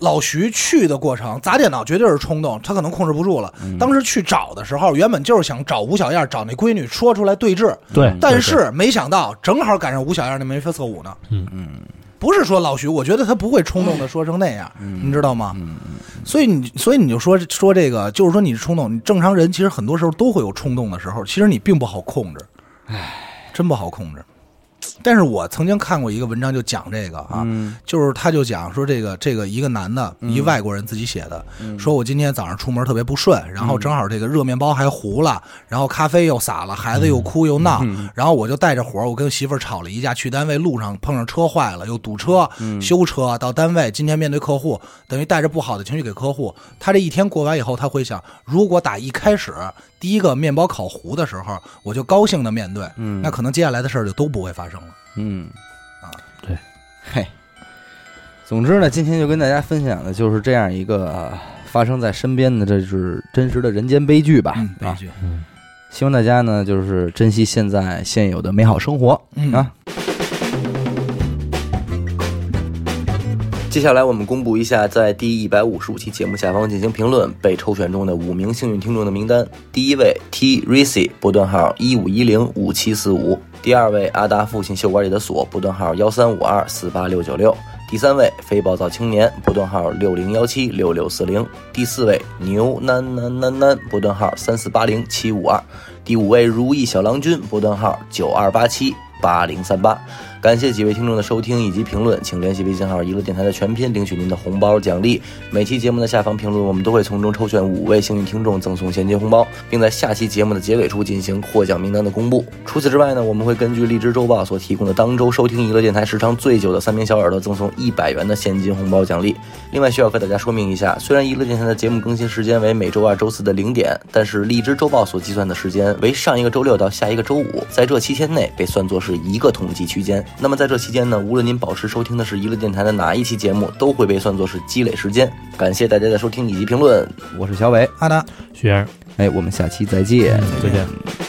B: 老徐去的过程砸电脑绝对是冲动，他可能控制不住了。
A: 嗯
B: 当时去找的时候，原本就是想找吴小燕，找那闺女说出来对峙，
C: 对，
B: 但
C: 嗯对
B: 是没想到正好赶上吴小燕那眉飞色舞呢。
C: 嗯
B: 嗯。不是说老徐，我觉得他不会冲动的说成那样，
C: 嗯
B: 你知道吗？所以你，所以你就说说这个，就是说你是冲动，你正常人其实很多时候都会有冲动的时候，其实你并不好控制，唉，真不好控制。但是我曾经看过一个文章，就讲这个
C: 嗯
B: 啊，就是他就讲说这个这个一个男的，
A: 嗯
B: 一外国人自己写的，说我今天早上出门特别不顺，然后正
A: 嗯
B: 好这个热面包还糊了，然后咖啡又洒了，孩子又哭
A: 嗯
B: 又闹，然后我就带着火，我跟媳妇儿吵了一架，去单位路上碰上车坏了，又堵车，
A: 嗯
B: 修车到单位，今天面对客户，等于带着不好的情绪给客户。他这一天过完以后，他会想，如果打一开始第一个面包烤糊的时候，我就高兴的面对，
A: 嗯
B: 那可能接下来的事儿就都不会发生了。
A: 嗯
B: 啊，
C: 对，
A: 嘿。总之呢，今天就跟大家分享的就是这样一个、呃发生在身边的，这是真实的人间悲剧吧？
B: 嗯，悲
A: 啊，
B: 剧。
A: 希望大家呢就是珍惜现在现有的美好生活、
B: 嗯
A: 啊。接下来我们公布一下在第一百五十五期节目下方进行评论被抽选中的五名幸运听众的名单。第一位 T Racy 波段号一五一零五七四五，第二位阿达父亲袖馆里的锁波段号幺三五二四八六九六，第三位非暴躁青年波段号六零幺七六六四零，第四位牛nan nan nan nan 波段号三四八零七五二，第五位如意小郎君波段号九二八七八零三八。感谢几位听众的收听以及评论，请联系微信号“一路电台”的全拼领取您的红包奖励。每期节目的下方评论，我们都会从中抽选五位幸运听众赠送现金红包，并在下期节目的结尾处进行获奖名单的公布。除此之外呢，我们会根据荔枝周报所提供的当周收听娱乐电台时长最久的三名小耳朵赠送一百元的现金红包奖励。另外需要和大家说明一下，虽然娱乐电台的节目更新时间为每周二、周四的零点，但是荔枝周报所计算的时间为上一个周六到下一个周五，在这七天内被算作是一个统计区间。那么在这期间呢，无论您保持收听的是娱乐电台的哪一期节目，都会被算作是积累时间。感谢大家的收听以及评论，
B: 我是小伟，
F: 阿南。
C: 徐先生，
B: 哎，我们下期再见。
C: 再见。